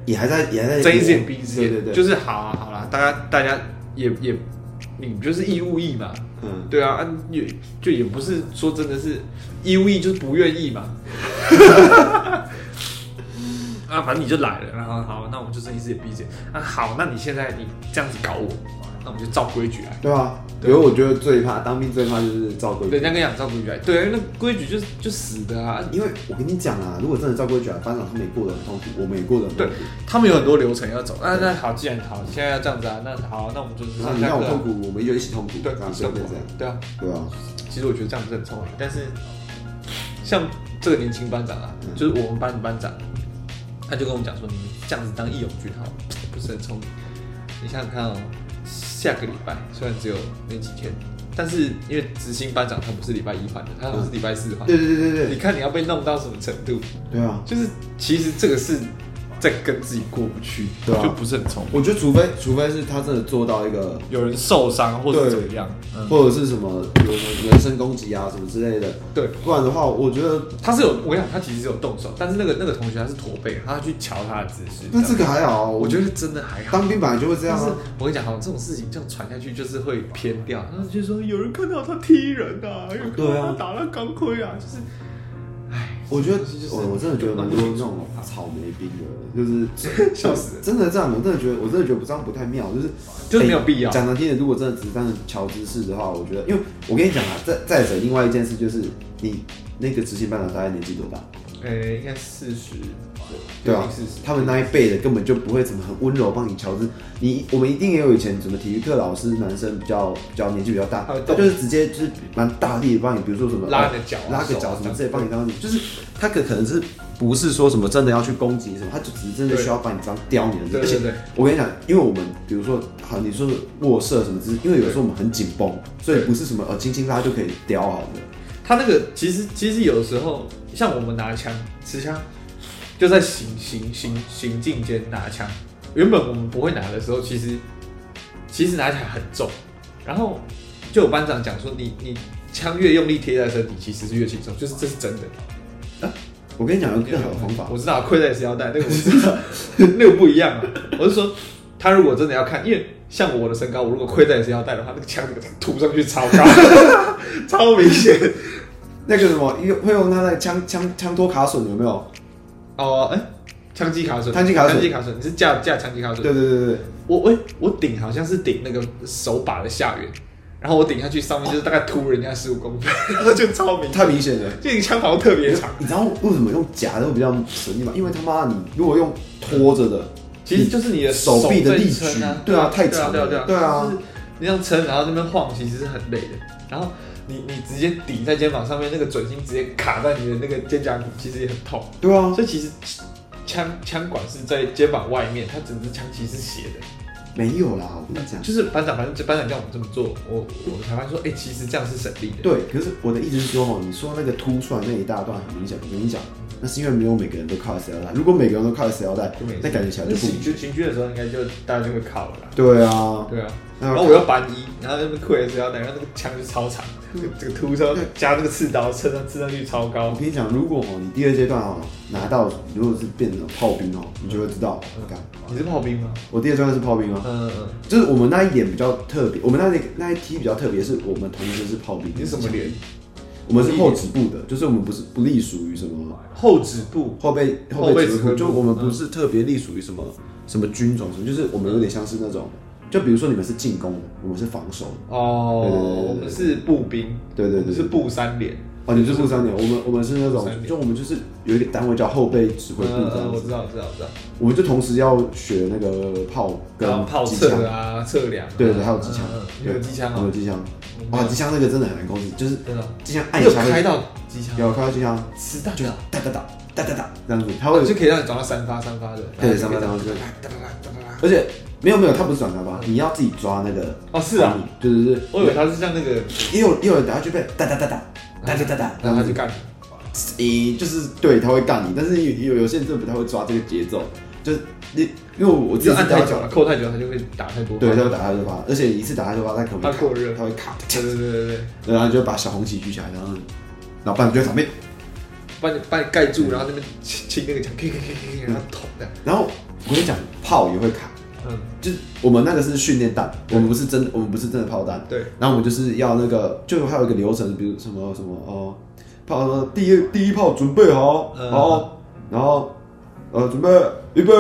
Speaker 1: 也还在，也还在
Speaker 2: 睁一只眼闭一只眼，
Speaker 1: 对对对，
Speaker 2: 就是好啊好啦，大家大家也也，你就是义务役嘛，
Speaker 1: 嗯，
Speaker 2: 对啊，啊也就也不是说真的是义务役就是不愿意嘛， *laughs* 啊，反正你就来了，然后好，那我们就睁一只眼闭一只眼，啊好，那你现在你这样子搞我，那我们就照规矩来。
Speaker 1: 对啊，
Speaker 2: 对
Speaker 1: 因为我觉得最怕当兵最怕就是照规
Speaker 2: 人
Speaker 1: 矩，
Speaker 2: 家跟你讲照规矩来，对，啊那规矩就是就死的啊！
Speaker 1: 因为我跟你讲啊，如果真的照规矩啊，班长他们也过得很痛苦，我们也过得很痛
Speaker 2: 对
Speaker 1: 苦，
Speaker 2: 他们有很多流程要走。啊那那好，既然好，现在要这样子啊，那好，那我们就是
Speaker 1: 然后
Speaker 2: 上
Speaker 1: 你
Speaker 2: 下
Speaker 1: 让
Speaker 2: 课
Speaker 1: 我痛
Speaker 2: 啊。
Speaker 1: 苦，我们就一起痛苦，
Speaker 2: 对
Speaker 1: 这样，就变这样，
Speaker 2: 对啊，
Speaker 1: 对啊，
Speaker 2: 其实我觉得这样子很聪明，但是像这个年轻班长啊，
Speaker 1: 嗯
Speaker 2: 就是我们班的班长，他就跟我们讲说，你们这样子当义勇军好，不是很聪明。你想想看哦，下个礼拜虽然只有那几天，但是因为执行班长他不是礼拜一换的，他好像是礼拜四换的
Speaker 1: 对，对对对
Speaker 2: 你
Speaker 1: 对，
Speaker 2: 看你要被弄到什么程度？
Speaker 1: 对啊。
Speaker 2: 就是其实这个是在跟自己过不去，
Speaker 1: 对啊
Speaker 2: 就不是很聪明。
Speaker 1: 我觉得除非除非是他真的做到一个，
Speaker 2: 有人受伤或者
Speaker 1: 对
Speaker 2: 怎么样，嗯，
Speaker 1: 或者是什么有什么人身攻击啊什么之类的，
Speaker 2: 对，
Speaker 1: 不然的话，我觉得
Speaker 2: 他是有，我跟你讲，他其实是有动手，但是那个那个同学他是驼背，他去瞧他的姿势。
Speaker 1: 那这
Speaker 2: 样
Speaker 1: 个还好啊，
Speaker 2: 我
Speaker 1: 我觉
Speaker 2: 觉
Speaker 1: 得
Speaker 2: 得真的还好。
Speaker 1: 当兵本来就会这样
Speaker 2: 但是
Speaker 1: 啊。
Speaker 2: 我跟你讲，好，这种事情这样传下去就是会偏掉，然后就说有人看到他踢人啊，有人看
Speaker 1: 对
Speaker 2: 到
Speaker 1: 啊
Speaker 2: 他打了钢盔啊，就是，哎，
Speaker 1: 我觉得
Speaker 2: 这种东西就是
Speaker 1: 我我真的觉得蛮多那种草莓兵的，就是
Speaker 2: *laughs* 笑死人
Speaker 1: 真的这样，我真的觉得我真的觉得这样不太妙，就是
Speaker 2: *laughs* 就是没有必要
Speaker 1: 哎讲难听点，如果真的只是单纯瞧姿势的话，我觉得，因为我跟你讲啊，再再者，另外一件事就是你那个执行班长大概年纪多大？
Speaker 2: 呃，应该四十，
Speaker 1: 对啊
Speaker 2: 四十，，
Speaker 1: 他们那一辈的根本就不会怎么很温柔帮你乔治。你我们一定也有以前什么体育课老师，男生比较比较年纪比较大
Speaker 2: 他会，
Speaker 1: 他
Speaker 2: 动
Speaker 1: 就是直接就是蛮大力的帮你，比如说什么
Speaker 2: 呃拉你的脚啊
Speaker 1: 拉个
Speaker 2: 手啊
Speaker 1: 脚什
Speaker 2: 这
Speaker 1: 么
Speaker 2: 样
Speaker 1: 之类帮你当你，就是他可可能是不是说什么真的要去攻击你什么，他就只是真的需要把你这样刁你的。
Speaker 2: 对
Speaker 1: 而且
Speaker 2: 对对
Speaker 1: 我跟你讲，因为我们比如说好，你说卧射什么姿势，因为有时候我们很紧绷，所以不是什么呃轻轻拉就可以刁好的。
Speaker 2: 他那个其实其实有时候像我们拿枪持枪，就在行行行行进间拿枪。原本我们不会拿的时候，其实其实拿起来很重。然后就有班长讲说你，你枪越用力贴在身体，其实是越轻松，就是这是真的。
Speaker 1: 我跟你讲，有更好的方法，
Speaker 2: 我知道亏在谁腰带，那个我知道， *laughs* 那个不一样啊。我是说，他如果真的要看，因为像我的身高，我如果亏在谁腰带的话，那个枪那个突上去超高， *laughs* 超明显。
Speaker 1: 那个什么用会用他的枪枪枪托卡榫有没有？
Speaker 2: 哦，哎、枪击卡榫，
Speaker 1: 枪击卡榫
Speaker 2: 枪击卡榫，你是架架枪击卡榫？
Speaker 1: 对对对对，
Speaker 2: 我我我顶好像是顶那个手把的下缘，然后我顶下去，上面就是大概凸人家十五公分， *laughs* 然后就超明
Speaker 1: 对
Speaker 2: 显，
Speaker 1: 太明显了。
Speaker 2: 就你枪好像特别长，
Speaker 1: 你知道为什么用夹的会比较省力吗？因为他妈你如果用拖着的，
Speaker 2: 其实就是你的
Speaker 1: 手臂的
Speaker 2: 在
Speaker 1: 力
Speaker 2: 撑
Speaker 1: 矩
Speaker 2: 啊，
Speaker 1: 对啊太
Speaker 2: 对啊
Speaker 1: 长
Speaker 2: 对啊
Speaker 1: 了
Speaker 2: 对啊，
Speaker 1: 对啊
Speaker 2: 就是那样撑，然后那边晃，其实是很累的。然后你你直接抵在肩膀上面，那个准心直接卡在你的那个肩胛骨，其实也很痛。
Speaker 1: 对啊，
Speaker 2: 所以其实枪枪管是在肩膀外面，它整支枪其实是斜的。
Speaker 1: 啊没有啦，我跟你讲，
Speaker 2: 就是班长，反正班长叫我们这么做，我我才发现说，哎、其实这样是省力的。
Speaker 1: 对，可是我的意思是说，哦，你说那个凸出来那一大段很明显，我跟你讲，那是因为没有每个人都靠着腰带。如果每个人都靠着腰带
Speaker 2: 就没，
Speaker 1: 那感觉起来就
Speaker 2: 那
Speaker 1: 不
Speaker 2: 行
Speaker 1: 明
Speaker 2: 军
Speaker 1: 显。
Speaker 2: 行军的时候，应该就大家就会靠了啦。
Speaker 1: 对啊，
Speaker 2: 对啊，
Speaker 1: 那
Speaker 2: 然后我又搬一，然后那边裤也是要带，然后那个枪就超长，这个这个突上加那个刺刀，刺上刺上去超
Speaker 1: 我
Speaker 2: 高。
Speaker 1: 跟你讲，如果哦，你第二阶段哦拿到，如果是变成炮兵哦，你就会知道。干
Speaker 2: 你是炮兵吗？
Speaker 1: 我第二阶段是炮兵啊，
Speaker 2: 嗯嗯嗯，
Speaker 1: 就是我们那一点比较特别，我们那一那一梯比较特别，是我们同时是炮兵。
Speaker 2: 你是什么连？
Speaker 1: 我们是后止部的，就是我们不是不隶属于什么
Speaker 2: 后止部
Speaker 1: 后备
Speaker 2: 后备
Speaker 1: 后备指挥
Speaker 2: 指挥部
Speaker 1: 部，就我们不是特别隶属于什么什么军种什么，就是我们有点像是那种，就比如说你们是进攻的，我们是防守的，
Speaker 2: 哦
Speaker 1: 对对对对对
Speaker 2: 我们是步兵，
Speaker 1: 对对
Speaker 2: 我们
Speaker 1: 对
Speaker 2: 是
Speaker 1: 对。
Speaker 2: 步三连。
Speaker 1: 哦，你们是步三连，我啊们我们是那
Speaker 2: 步
Speaker 1: 种，
Speaker 2: 三连
Speaker 1: 就我们就是有一个单位叫后备指挥部
Speaker 2: 嗯
Speaker 1: 这
Speaker 2: 嗯，
Speaker 1: 样
Speaker 2: 我
Speaker 1: 子
Speaker 2: 知，道，我知道，我知道。
Speaker 1: 我们就同时要学那个炮跟
Speaker 2: 然后炮
Speaker 1: 机
Speaker 2: 测
Speaker 1: 枪，
Speaker 2: 啊，测量啊。
Speaker 1: 对对，还有机枪
Speaker 2: 嗯嗯嗯，你
Speaker 1: 对
Speaker 2: 有机枪
Speaker 1: 我有
Speaker 2: 啊？
Speaker 1: 机枪
Speaker 2: 我，没有
Speaker 1: 哇，机枪那个真的很难控制，就是
Speaker 2: 真的哦。
Speaker 1: 机枪按
Speaker 2: 你
Speaker 1: 一
Speaker 2: 有
Speaker 1: 下
Speaker 2: 开
Speaker 1: 会，
Speaker 2: 到机枪？
Speaker 1: 有开到机枪，
Speaker 2: 子弹
Speaker 1: 就
Speaker 2: 就
Speaker 1: 哒哒哒哒哒哒这样子，它
Speaker 2: 哦
Speaker 1: 会
Speaker 2: 就可以让你转到三发三发的。
Speaker 1: 对三
Speaker 2: 然
Speaker 1: 发
Speaker 2: 后
Speaker 1: 三发对
Speaker 2: 就可以哒哒哒哒哒哒
Speaker 1: 而且没有没有，他不是转沙发，你要自己抓那个。
Speaker 2: 哦是啊，
Speaker 1: 对对对，
Speaker 2: 我以为他是像那个，
Speaker 1: 也有也有人打下去被哒哒哒哒哒哒哒哒，
Speaker 2: 啊
Speaker 1: 然
Speaker 2: 然
Speaker 1: 后
Speaker 2: 后他
Speaker 1: 他
Speaker 2: 就
Speaker 1: 就
Speaker 2: 干你。
Speaker 1: 诶就是对他会干你，但是有有有些人真的不太会抓这个节奏，就是你因为我自
Speaker 2: 就
Speaker 1: 己
Speaker 2: 按
Speaker 1: 打
Speaker 2: 太久了，扣太久，他就会打太多。
Speaker 1: 对，他会打他的发，而且你一次打他的发，他可能会
Speaker 2: 他过热
Speaker 1: 他会卡，
Speaker 2: 对对对对对，
Speaker 1: 然后你就把小红旗举起来，然后然后半就在场边，
Speaker 2: 把你把你盖住，然后那边亲亲那个墙，可以可以可以，然后捅的。
Speaker 1: 然后我跟你讲，炮也会卡，
Speaker 2: 嗯，
Speaker 1: 就是我们那个是训练弹，我们不是真的，我们不是真的炮弹，
Speaker 2: 对，
Speaker 1: 然后我们就是要那个，就还有一个流程，比如什么什么哦，炮呃第一第一炮准备好，
Speaker 2: 嗯
Speaker 1: 好，然后呃准备预备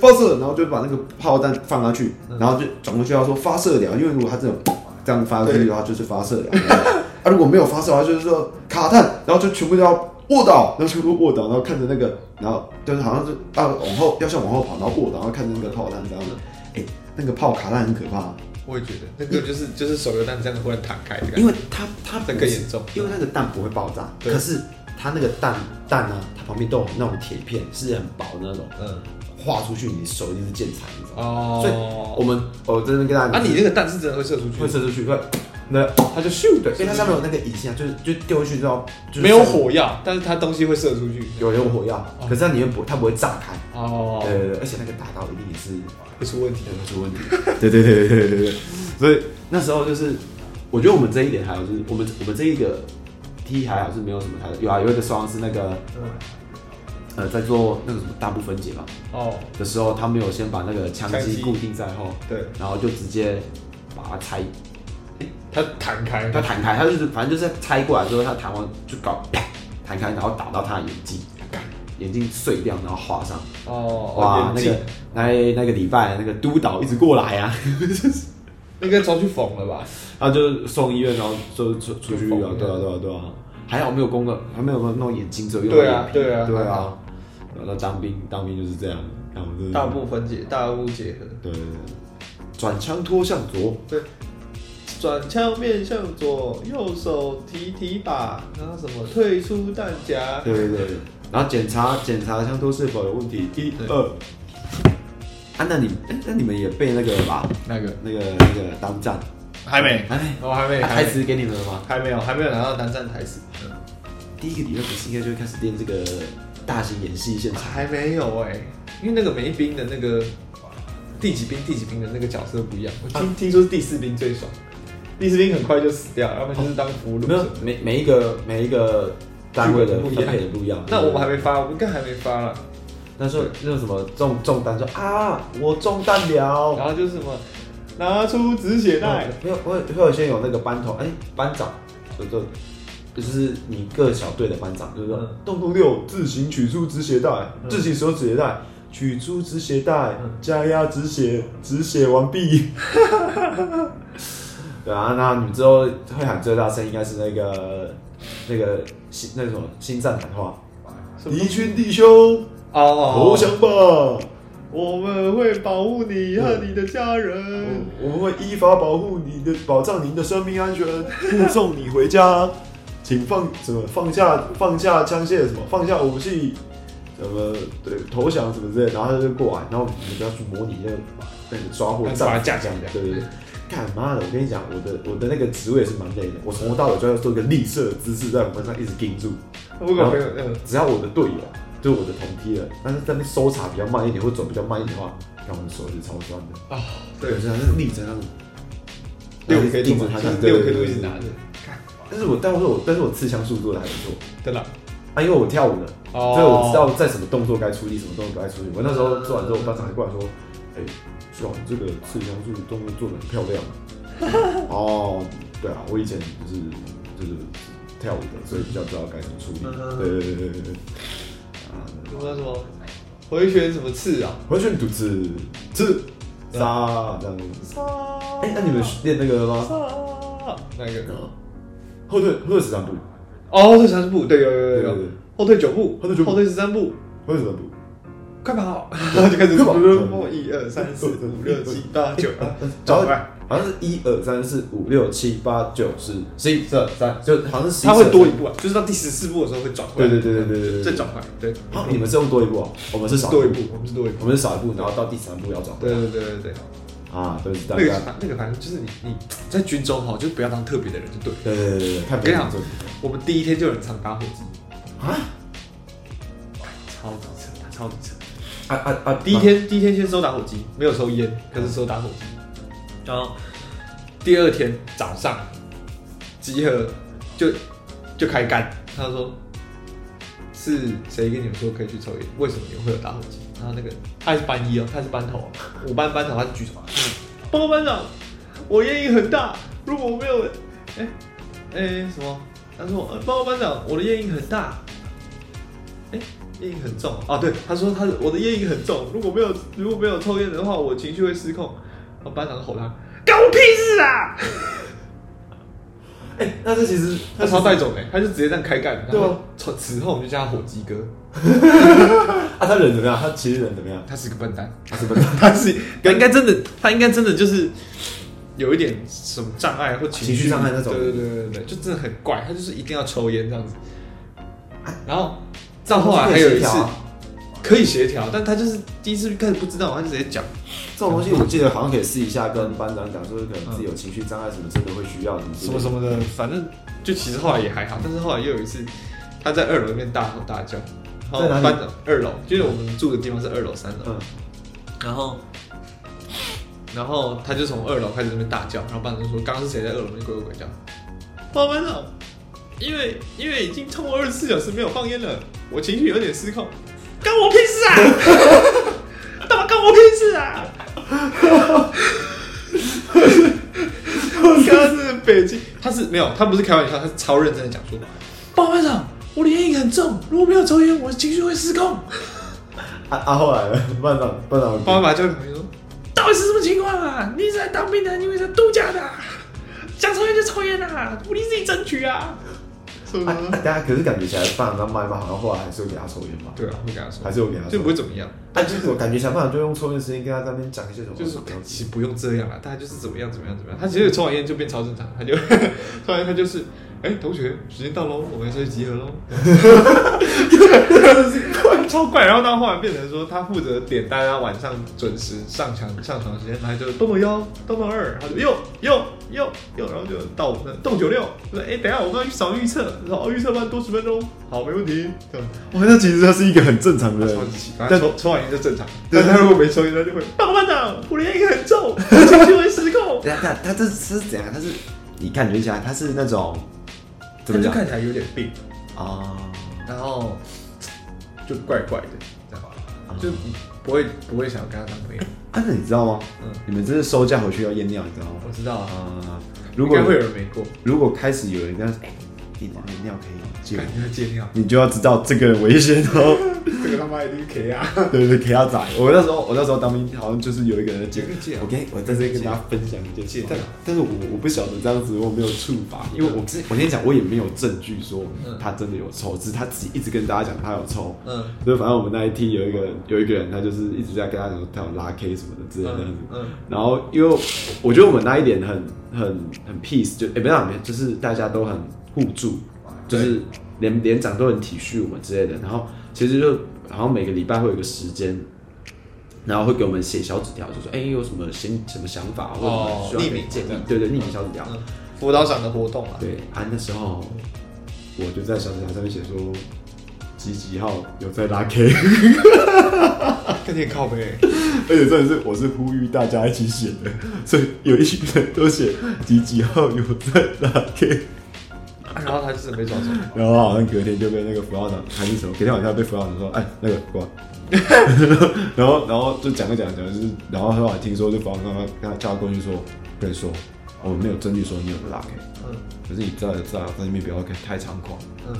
Speaker 1: 发射，然后就把那个炮弹放下去，然后就转过去要说发射了，因为如果它这种这样发过去的话，就是发射了。 *laughs* 啊，如果没有发射的话，就是说卡弹，然后就全部都要卧倒，然后全部卧倒，然后看着那个，然后就是好像是啊往后要向往后跑，然后卧倒，然后看着那个炮弹这样子。哎、那个炮卡弹很可怕，啊
Speaker 2: 我也觉得那个就是就是手榴弹这样忽然弹开的感觉，
Speaker 1: 因为它它
Speaker 2: 这更严重。
Speaker 1: 因为那个蛋不会爆炸，
Speaker 2: 对
Speaker 1: 可是它那个蛋蛋呢、它旁边都有那种铁片，是很薄的那种，
Speaker 2: 嗯，
Speaker 1: 划出去你手一定是见财，你知道吗？所以
Speaker 2: 哦，
Speaker 1: 我们我这边跟大家，
Speaker 2: 啊，你那个弹是真的会射出去，
Speaker 1: 会射出去，会那
Speaker 2: 它就咻的，
Speaker 1: 因为它上面有那个引线啊，就是就丢进去之后，就是
Speaker 2: 没有火药，但是它东西会射出去。
Speaker 1: 有有火药，可是它里面不它不会炸开，
Speaker 2: 哦，
Speaker 1: 对对对，而且那个打到一定也是
Speaker 2: 会出问题。
Speaker 1: 有出问题。对对对对对对对，所以那时候就是，我觉得我们这一点还好，就是我们我们这一个 T 还好是没有什么太有啊，有一个双是那个
Speaker 2: 嗯，
Speaker 1: 呃在做那个什么大部分解嘛
Speaker 2: 哦，
Speaker 1: 的时候，他没有先把那个枪
Speaker 2: 枪
Speaker 1: 机
Speaker 2: 机
Speaker 1: 固定在后，
Speaker 2: 对，
Speaker 1: 然后就直接把它拆，
Speaker 2: 它弹开，
Speaker 1: 他弹开，他就是反正就是拆过来之后，他弹完就搞啪弹开，然后打到他的眼睛，眼睛碎掉，然后划伤。
Speaker 2: 哦，
Speaker 1: 哇，那
Speaker 2: 眼镜
Speaker 1: 个那那个礼拜那个督导一直过来啊，
Speaker 2: 应该早去缝了吧？
Speaker 1: 然后啊就送医院，然后就出出去啊，对啊，对啊，对啊，还好没有工的，还没有弄眼睛，只有用到
Speaker 2: 对啊
Speaker 1: 眼皮
Speaker 2: 对啊
Speaker 1: 对
Speaker 2: 还
Speaker 1: 啊
Speaker 2: 好，
Speaker 1: 然后当兵当兵就是这样，然后就是
Speaker 2: 大部分解，大物结合。
Speaker 1: 对对对，转枪托向左，
Speaker 2: 对，转枪面向左，右手提提把，然后什么退出弹夹，
Speaker 1: 对对对，对然后检查检查枪托是否有问题，一
Speaker 2: 对
Speaker 1: 二，啊，那你哎那你们也被那个吧，
Speaker 2: 那个
Speaker 1: 那个那个当战
Speaker 2: 还没，啊
Speaker 1: 还没
Speaker 2: 我还没，
Speaker 1: 台哎词给你们了吗？
Speaker 2: 还没有，还没有拿到单战台词，
Speaker 1: 第一个礼拜不是应该就会开始练这个大型演戏现场？
Speaker 2: 还没有哎、因为那个梅兵的那个第几兵第几兵的那个角色不一样，我听、听说是第四兵最爽，第四兵很快就死掉，要不然就是当俘
Speaker 1: 没
Speaker 2: 虏什
Speaker 1: 有
Speaker 2: 么的。
Speaker 1: 每每一个每一个单位的分配的不一样。
Speaker 2: 那我们还没发，我们更还没发了。
Speaker 1: 那时候那种什么中中单说啊，我中弹了。
Speaker 2: 然后就是什么，拿出止血带，
Speaker 1: 没有，会会有些有那个班头，哎、班长，就就就是你各小队的班长，就是说
Speaker 2: 嗯
Speaker 1: 动动六自行取出止血带，
Speaker 2: 嗯
Speaker 1: 自行手止血带，取出止血带
Speaker 2: 嗯，
Speaker 1: 加压止血，止血完毕。 *laughs* 对啊，那你们之后会喊最大声应该是那个那个心那个什么心战喊话，
Speaker 2: 什么
Speaker 1: 敌军弟兄
Speaker 2: 哦哦，
Speaker 1: 投
Speaker 2: 哦
Speaker 1: 降吧，
Speaker 2: 我们会保护你和你的家人。
Speaker 1: 我们会依法保护你的，保障您的生命安全，护送你回家。请放什么放下放下枪械什么放下武器，什么对投降什么之类的，然后他就过来，然后你跟他去模拟那个那个抓获
Speaker 2: 那抓
Speaker 1: 战
Speaker 2: 架架架
Speaker 1: 对对对。干嘛的？我跟你讲，我的我的那个职位也是蛮累的，我从头到尾就要做一个立射的姿势，在我们上一直盯住。
Speaker 2: 我有个朋友，嗯，
Speaker 1: 只要我的队友就是我的同梯了，但是在那边搜查比较慢一点，或走比较慢一点的话，让我们手指超酸的。
Speaker 2: 啊，对
Speaker 1: 对，，是他是立着那种，
Speaker 2: 六 K 度嘛，就是六 K 度一直拿
Speaker 1: 着。
Speaker 2: 着，
Speaker 1: 但是我但是我但是我刺枪术做的还不错
Speaker 2: 真的啊。
Speaker 1: 啊，因为我跳舞的，所
Speaker 2: 哦
Speaker 1: 以我知道在什么动作该出力，什么动作该出力。我那时候做完之后，班长还过来说：“哎、徐老师这个刺枪术动作做的很漂亮。”
Speaker 2: *laughs*
Speaker 1: 哦，对啊，我以前就是就是跳舞的，所以比较知道该怎么处理。
Speaker 2: 嗯
Speaker 1: 对对对对对对。啊，
Speaker 2: 什么什么回旋什么刺啊？
Speaker 1: 完全独自刺杀这样子。哎、那你们练那个吗？
Speaker 2: 啊那个
Speaker 1: 后退后退十三步，
Speaker 2: 哦，后退三十步，对，有有有
Speaker 1: 对对
Speaker 2: 有
Speaker 1: 对，
Speaker 2: 后退九步，
Speaker 1: 后退九步
Speaker 2: 后退十三步，
Speaker 1: 后退十三步。
Speaker 2: 快跑！然 *laughs* 后就开始
Speaker 1: 快跑
Speaker 2: 跑，一二三四五六七
Speaker 1: *laughs*
Speaker 2: 八九，
Speaker 1: 然
Speaker 2: 走
Speaker 1: 后
Speaker 2: 吧。
Speaker 1: 好像是一二三四五六七八九十十一十二十三，就好像是
Speaker 2: 它会多一。步啊，就是到第十四步的时候会转回来，
Speaker 1: 对对对对对对对
Speaker 2: 再转回来，对，
Speaker 1: 啊，你们是用多一步啊？我们是少
Speaker 2: 多一步，，我们是多一步
Speaker 1: 我，们是少一步，然后到第三步要转。
Speaker 2: 对对对对对。
Speaker 1: 啊，都是大
Speaker 2: 那个
Speaker 1: 家。
Speaker 2: 反那个反正就是你你在军中哈，就不要当特别的人就对了。
Speaker 1: 对对对对，看
Speaker 2: 我跟
Speaker 1: 别
Speaker 2: 你
Speaker 1: 人
Speaker 2: 讲
Speaker 1: 做。，
Speaker 2: 我们第一天就有人唱打火机，
Speaker 1: 啊
Speaker 2: 超级扯，他超级扯。
Speaker 1: 啊啊啊！
Speaker 2: 第一天第一天先收打火机，没有收烟，可是收打火机。然后第二天早上集合就就开干，他说是谁跟你们说可以去抽烟？为什么你们会有打火机？然后那个他还是班一哦，他还是班头哦，我班班头他是举手啊嗯嘛，报告班长，我烟瘾很大，如果我没有，哎、哎、什么？他说呃报告班长，我的烟瘾很大，哎、烟瘾很重啊，对，他说他的我的烟瘾很重，如果没有如果没有抽烟的话，我情绪会失控。然后班长吼他，干我屁事啊！ *laughs*
Speaker 1: 哎，那这其实
Speaker 2: 他超带走的、他就直接这样开干，然
Speaker 1: 对啊
Speaker 2: 后从此后我们就叫他火鸡哥，
Speaker 1: 啊，他人怎么样？他其实人怎么样？
Speaker 2: 他是个笨蛋，
Speaker 1: 他是笨蛋，
Speaker 2: 他是他应该真的，他应该真的就是有一点什么障碍或情
Speaker 1: 情绪障碍那种
Speaker 2: 对对对对对，就真的很怪，他就是一定要抽烟这样子。
Speaker 1: 啊
Speaker 2: 然后到后来还有一次可以协调，但他就是第一次开始不知道，他就直接讲，
Speaker 1: 这种东西，我记得好像可以试一下，跟班长讲说，可能自己有情绪障碍什么，真的会需要什么之类
Speaker 2: 什么
Speaker 1: 的
Speaker 2: 什么的，反正就其实后来也还好，但是后来又有一次，他在二楼那边大吼大叫，然后
Speaker 1: 在哪里
Speaker 2: 班长二楼，就是我们住的地方是二楼三楼，
Speaker 1: 嗯，
Speaker 2: 然后然后他就从二楼开始那边大叫，然后班长就说刚刚是谁在二楼那边鬼鬼鬼叫，报告班长，因为因为已经超过二十四小时没有放烟了，我情绪有点失控，干我屁事啊！ *laughs* 干嘛干我屁事啊！他是北京，他是没有，他不是开玩笑，他是超认真的讲说，报告班长，我的烟瘾很重，如果没有抽烟，我的情绪会失控。
Speaker 1: 啊啊，后来呢？班长班长，
Speaker 2: 爸爸就说：“到底是什么情况啊？你是来当兵的，你以在度假的啊、想抽烟就抽烟啊，不你自己争取啊。”是
Speaker 1: 啊啊，？大家可是感觉起来，班长妈妈好像后来还是有给他抽烟吧？
Speaker 2: 对啊，会跟他说，
Speaker 1: 还是有给他抽
Speaker 2: 就不会怎么样，
Speaker 1: 但就是我感觉想办法就用抽烟时间跟他在那边讲一些什么，
Speaker 2: 就是说其实不用这样啊，大家就是怎么样怎么样怎么样。他其实抽完烟就变超正常，他就 *laughs* 抽完烟他就是，哎、同学，时间到喽，我们要去集合喽。 *laughs* 超怪，然后到后来变成说，他负责点大家晚上准时上床上床的时间，他就动动幺，动动二，他就又又又又，然后就到我们的动九六，就说哎、等一下我们要去扫预测，然后预测班多十分钟，好，没问题，这样。
Speaker 1: 哇，那其实他是一个很正常的
Speaker 2: 他
Speaker 1: 人
Speaker 2: 超级奇怪，
Speaker 1: 但
Speaker 2: 抽抽完烟就正常，但他如果没抽烟，
Speaker 1: *laughs*
Speaker 2: 他就会报告班长，我的烟瘾很重，我情绪会失控。
Speaker 1: 等一下他他这是怎样？他是你感觉起来他是那种怎
Speaker 2: 他
Speaker 1: 么
Speaker 2: 就
Speaker 1: 讲
Speaker 2: 看起来有点病，
Speaker 1: 啊？
Speaker 2: 然后就怪怪的，这样
Speaker 1: 嗯
Speaker 2: 就不会不会想要跟他当
Speaker 1: *laughs*
Speaker 2: 朋友。
Speaker 1: 啊，那你知道吗？
Speaker 2: 嗯
Speaker 1: 你们这是收假回去要验尿，你知道吗？
Speaker 2: 我知道啊，
Speaker 1: 啊，
Speaker 2: 应
Speaker 1: 如
Speaker 2: 该
Speaker 1: 果
Speaker 2: 会有人没过，
Speaker 1: 如果开始有人这样，哎、你的尿可以借我
Speaker 2: 感，觉要戒
Speaker 1: *laughs*
Speaker 2: 尿，
Speaker 1: 你就要知道这个危险哦。
Speaker 2: 这个他妈一定 K 啊！
Speaker 1: *laughs* 对对，给他宰。我那时候，我那时候当兵，好像就是有一个人借
Speaker 2: 有一个借啊
Speaker 1: 我跟我在这边跟大家分享一件
Speaker 2: 借
Speaker 1: 事，但但是我我不晓得这样子我没有处罚，因为我是我先讲，我也没有证据说
Speaker 2: 嗯
Speaker 1: 他真的有抽，只是他自己一直跟大家讲他有抽。
Speaker 2: 嗯
Speaker 1: 所以反正我们那一梯有一个人，有一个人，他就是一直在跟他讲说他有拉 K 什么的之类的。
Speaker 2: 嗯嗯，
Speaker 1: 然后因为我觉得我们那一点很很很 peace，就也、不是很就是大家都很互助，就是连连长都很体恤我们之类的。然后其实就好像每个礼拜会有一个时间。然后会给我们写小纸条，就说哎、有什么新什么想法，或
Speaker 2: 哦
Speaker 1: 者什么需要可以
Speaker 2: 匿名
Speaker 1: 建议
Speaker 2: 这样，
Speaker 1: 对对，匿名小纸条。
Speaker 2: 嗯辅导长的活动啊，
Speaker 1: 对啊，那时候我就在小纸条上面写说几几号有在拉 K。
Speaker 2: 更点靠
Speaker 1: *laughs*
Speaker 2: 背，
Speaker 1: 而且真的是，我是呼吁大家一起写的，所以有一群人都写几几号有在拉 K，
Speaker 2: 啊然后他就真的被抓走了。
Speaker 1: 然后好像隔天就被那个辅导长还是什么，隔天晚上被辅导长说，哎，那个挂，然后然后就讲着讲着讲，就是然后后来听说就辅导长跟他叫他过去说，跟你说，我们没有证据说你有拉 K，
Speaker 2: 嗯
Speaker 1: 可是你在在在那边不要太猖狂，
Speaker 2: 嗯，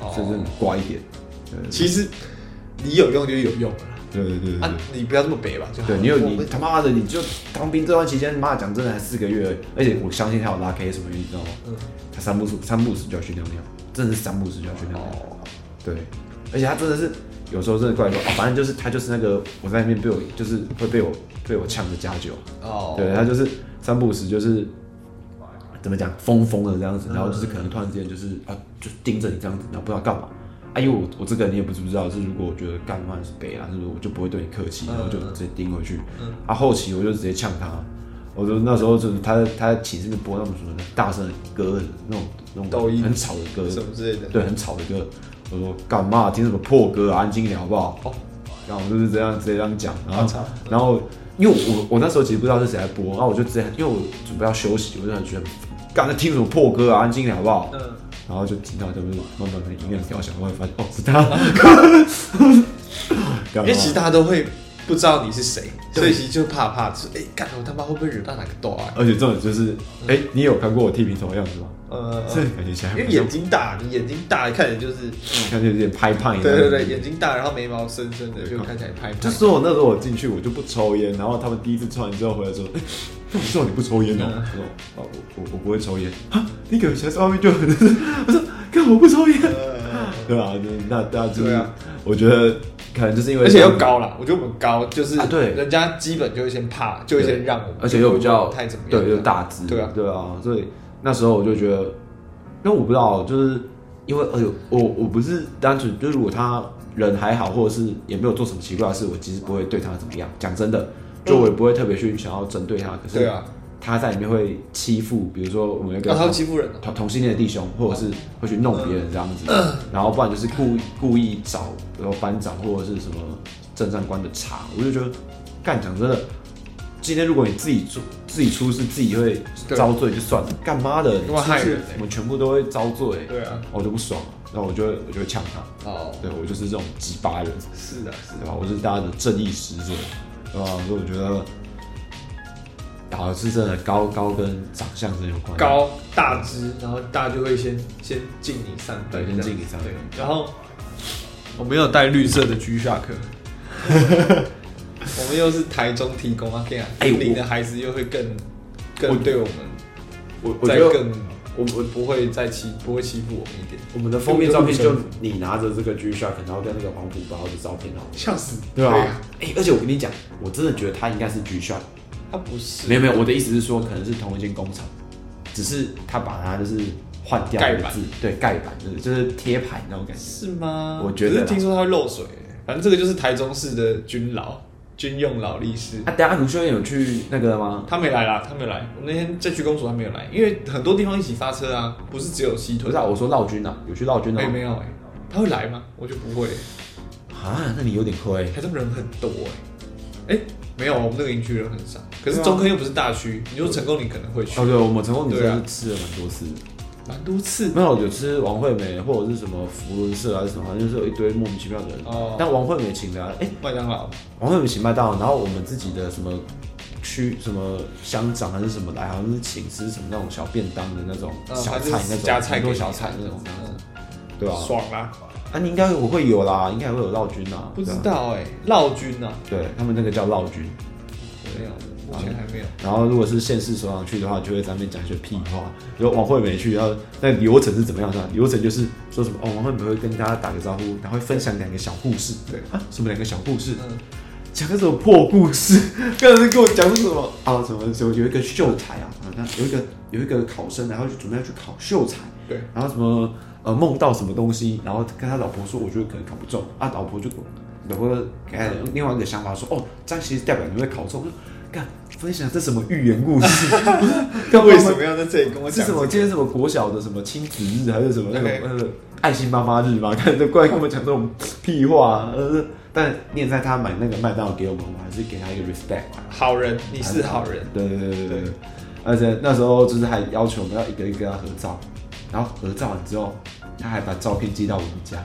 Speaker 2: 哦
Speaker 1: 对，甚至你乖一点，
Speaker 2: 其实你有用就有用了啦，
Speaker 1: 对对对对对对
Speaker 2: 啊，你不要这么北吧，就好
Speaker 1: 对你有
Speaker 2: 我
Speaker 1: 你
Speaker 2: 们
Speaker 1: 他妈的，你就当兵这段期间，妈讲真的才四个月而已，而且我相信他有拉 K 什么原因，你知道吗？
Speaker 2: 嗯
Speaker 1: 他三不五时三不五时就要去尿尿，真的是三不五时就要去尿尿。
Speaker 2: 哦
Speaker 1: 对，而且他真的是有时候真的怪说，啊，反正就是他就是那个我在那边被我就是会被我被我呛的家酒，啊
Speaker 2: 哦，
Speaker 1: 对他就是三不五时就是怎么讲疯疯的这样子，然后就是可能突然之间就是啊就盯着你这样子，然后不知道干嘛。啊，因为我我这个人你也不知不知道，是如果我觉得干嘛是北啊啦，是不是我就不会对你客气，然
Speaker 2: 嗯
Speaker 1: 后就直接盯回去。啊，后期我就直接呛他，我就那时候就是他他在寝室里面播那种什么大声的歌，那种那种
Speaker 2: 抖音
Speaker 1: 很吵的歌，
Speaker 2: 什么之类的，
Speaker 1: 对，很吵的歌。我说干嘛听什么破歌啊，安静一点好不好？
Speaker 2: 哦
Speaker 1: 然后我就是这样直接这样讲，然
Speaker 2: 我
Speaker 1: 后
Speaker 2: 操
Speaker 1: 然后因为我我那时候其实不知道是谁在播，然后我就直接因为我准备要休息，我就很觉得干在听什么破歌啊，安静一点好不好？
Speaker 2: 嗯，
Speaker 1: 然后就听到就是慢慢的音量调小，然后发现哦是他， *laughs*
Speaker 2: 因
Speaker 1: 干嘛
Speaker 2: 为其实大家都会不知道你是谁，所以其实就怕怕，就是哎，干我他妈会不会惹到哪个豆啊？
Speaker 1: 而且重点就是，哎、你有看过我剃平头的样子吗？
Speaker 2: 嗯呃，
Speaker 1: 这感觉起来
Speaker 2: 因
Speaker 1: 好
Speaker 2: 为
Speaker 1: 像，
Speaker 2: 眼睛大，你眼睛大，看起来就是，
Speaker 1: 看起来有点拍胖一样。
Speaker 2: 对对对，眼睛大，然后眉毛深深的，就看起来拍拍。
Speaker 1: 就说我那时候我进去我就不抽烟，然后他们第一次抽完之后回来说，哎、我知道你不抽烟哦、
Speaker 2: 嗯
Speaker 1: 我说哦我我我不会抽烟啊，你感觉起来在外面就很，我说看我不抽烟，
Speaker 2: 呃
Speaker 1: 对啊，那大家就是、
Speaker 2: 对啊
Speaker 1: 我觉得可能就是因为
Speaker 2: 而且又高啦，我觉得我们高就是
Speaker 1: 啊对
Speaker 2: 人家基本就会先怕，就会
Speaker 1: 对
Speaker 2: 先让我们，
Speaker 1: 而且又比较
Speaker 2: 就不会太怎么样，
Speaker 1: 对，又大只，
Speaker 2: 对啊
Speaker 1: 对啊，所以那时候我就觉得，因为我不知道，就是因为而且我我不是单纯就如果他人还好，或者是也没有做什么奇怪的事，我其实不会对他怎么样。讲真的，就我也不会特别去想要针对他，可
Speaker 2: 对
Speaker 1: 是
Speaker 2: 啊
Speaker 1: 他在里面会欺负，比如说我们那
Speaker 2: 然后他
Speaker 1: 个
Speaker 2: 会欺负人啊，
Speaker 1: 同同性恋的弟兄，或者是会去弄别人这样
Speaker 2: *clears throat*
Speaker 1: 子，然后不然就是故意故意找，比如说班长或者是什么政战官的茬，我就觉得，干讲真的，今天如果你自己出自己出事，自己会
Speaker 2: 对
Speaker 1: 遭罪就算了，干妈的，你
Speaker 2: 干嘛害
Speaker 1: 出去
Speaker 2: 人欸
Speaker 1: 我们全部都会遭罪，哦
Speaker 2: 对啊，
Speaker 1: 我就不爽了，然后我就会我就会呛他，
Speaker 2: 哦，
Speaker 1: 对我就是这种鸡巴人，
Speaker 2: 是啊，是啊，
Speaker 1: 对吧？我是大家的正义使者，对吧？所以我觉得。打的是真的高高跟长相真的有关系，
Speaker 2: 高大只，然后大家就会先先敬你三杯，
Speaker 1: 对先敬你三杯
Speaker 2: 对，然后我们有带绿色的 G
Speaker 1: *laughs*
Speaker 2: Shock，我们又是台中提供啊，这样，
Speaker 1: 哎我
Speaker 2: 领的孩子又会更
Speaker 1: 我
Speaker 2: 更对我们
Speaker 1: 我我觉
Speaker 2: 再
Speaker 1: 得
Speaker 2: 更，我们不会再欺不会欺负我们一点，
Speaker 4: 我们的封面照片就你拿着这个 G Shock，然后跟那个黄埔包的照片好了，
Speaker 2: 笑死，
Speaker 1: 对啊，
Speaker 4: 哎、而且我跟你讲，我真的觉得他应该是 G Shock，
Speaker 2: 他不是
Speaker 4: 没有没有，我的意思是说，可能是同一间工厂，只是他把它就是换掉
Speaker 2: 盖
Speaker 4: 那个
Speaker 2: 板
Speaker 4: 字，对，盖板就是就是贴牌那种感觉。
Speaker 2: 是吗？
Speaker 4: 我
Speaker 1: 啊
Speaker 4: 觉得啦
Speaker 2: 可是听说它会漏水，反正这个就是台中市的军劳军用劳力士。
Speaker 4: 啊，等一下卢秀燕有去那个吗？
Speaker 2: 他没来
Speaker 1: 哦
Speaker 2: 啦，他没来。我那天在区公所，他没有来，因为很多地方一起发车啊，不是只有西
Speaker 4: 不
Speaker 2: 屯
Speaker 4: 是、。啊，我说绕军啊，有去绕军
Speaker 1: 哦
Speaker 2: 哎、
Speaker 4: 啊？
Speaker 2: 没有哎、他会来吗？我就不会、
Speaker 4: 啊，那你有点亏。
Speaker 2: 台中人很多哎、哎、没有，我们那个营区人很少。可是
Speaker 4: 对啊
Speaker 2: 中坑又不是大区，你说成功你可能会去
Speaker 4: 哦，，对，我们成功女
Speaker 2: 对啊
Speaker 4: 生吃了蛮多次的，
Speaker 2: 蛮多次。
Speaker 4: 没有有吃王惠美或者是什么福伦社还是什么，反正就是有一堆莫名其妙的人。
Speaker 2: 哦
Speaker 4: 但王惠美请的、啊，哎、
Speaker 1: 哦
Speaker 2: 麦当劳
Speaker 4: 王惠美请麦当劳，然后我们自己的什么
Speaker 1: 区什么乡长还是什么来，好像是请吃什么那种小便当的那种
Speaker 2: 嗯
Speaker 1: 小
Speaker 2: 还是
Speaker 1: 菜那种，
Speaker 2: 加菜
Speaker 1: 很多
Speaker 2: 给你嗯
Speaker 1: 小菜那种这样子，对啊，
Speaker 2: 爽啦！
Speaker 1: 啊，你应该我会有啦，应该会有绕军啊，
Speaker 2: 不知
Speaker 1: 对啊
Speaker 2: 道哎，绕军呐，
Speaker 1: 对他们那个叫绕军。
Speaker 2: 没有，
Speaker 1: 嗯
Speaker 2: 目前还没有。
Speaker 1: 然后如果是县市首长去的话，就会在那边讲一些屁话。比如王惠美去，然后那流程是怎么样的？流程就是说什么哦，王惠美会跟大家打个招呼，然后会分享两个小故事。
Speaker 2: 对
Speaker 1: 啊，什么两个小故事？
Speaker 2: 嗯，
Speaker 1: 讲个什么破故事？ *laughs* 刚才跟我讲什么啊？什么什么有一个秀才啊，啊那有一个有一个考生，然后就准备要去考秀才，
Speaker 2: 对，
Speaker 1: 然后什么呃梦到什么东西，然后跟他老婆说，我觉得可能考不中啊，老婆就老婆给他另外一个想法说，哦，这样其实代表你会考中。看分享这什么寓言故事？ *laughs* 干
Speaker 2: 为什么要在这里跟我
Speaker 1: 是
Speaker 2: 讲
Speaker 1: 什
Speaker 2: 这
Speaker 1: 么？
Speaker 2: 个？
Speaker 1: 今天什么国小的什么亲子日还是什么那种
Speaker 2: OK
Speaker 1: 那个呃爱心妈妈日嘛？看这过来跟我们讲这种屁话，呃，但念在他买那个麦当劳给我们，我还是给他一个 respect 啊嘛。
Speaker 2: 好人，你是好人。
Speaker 1: 对对对对对
Speaker 2: 对。
Speaker 1: 而且那时候就是还要求我们要一个一个跟他合照，然后合照完之后，他还把照片寄到我们家，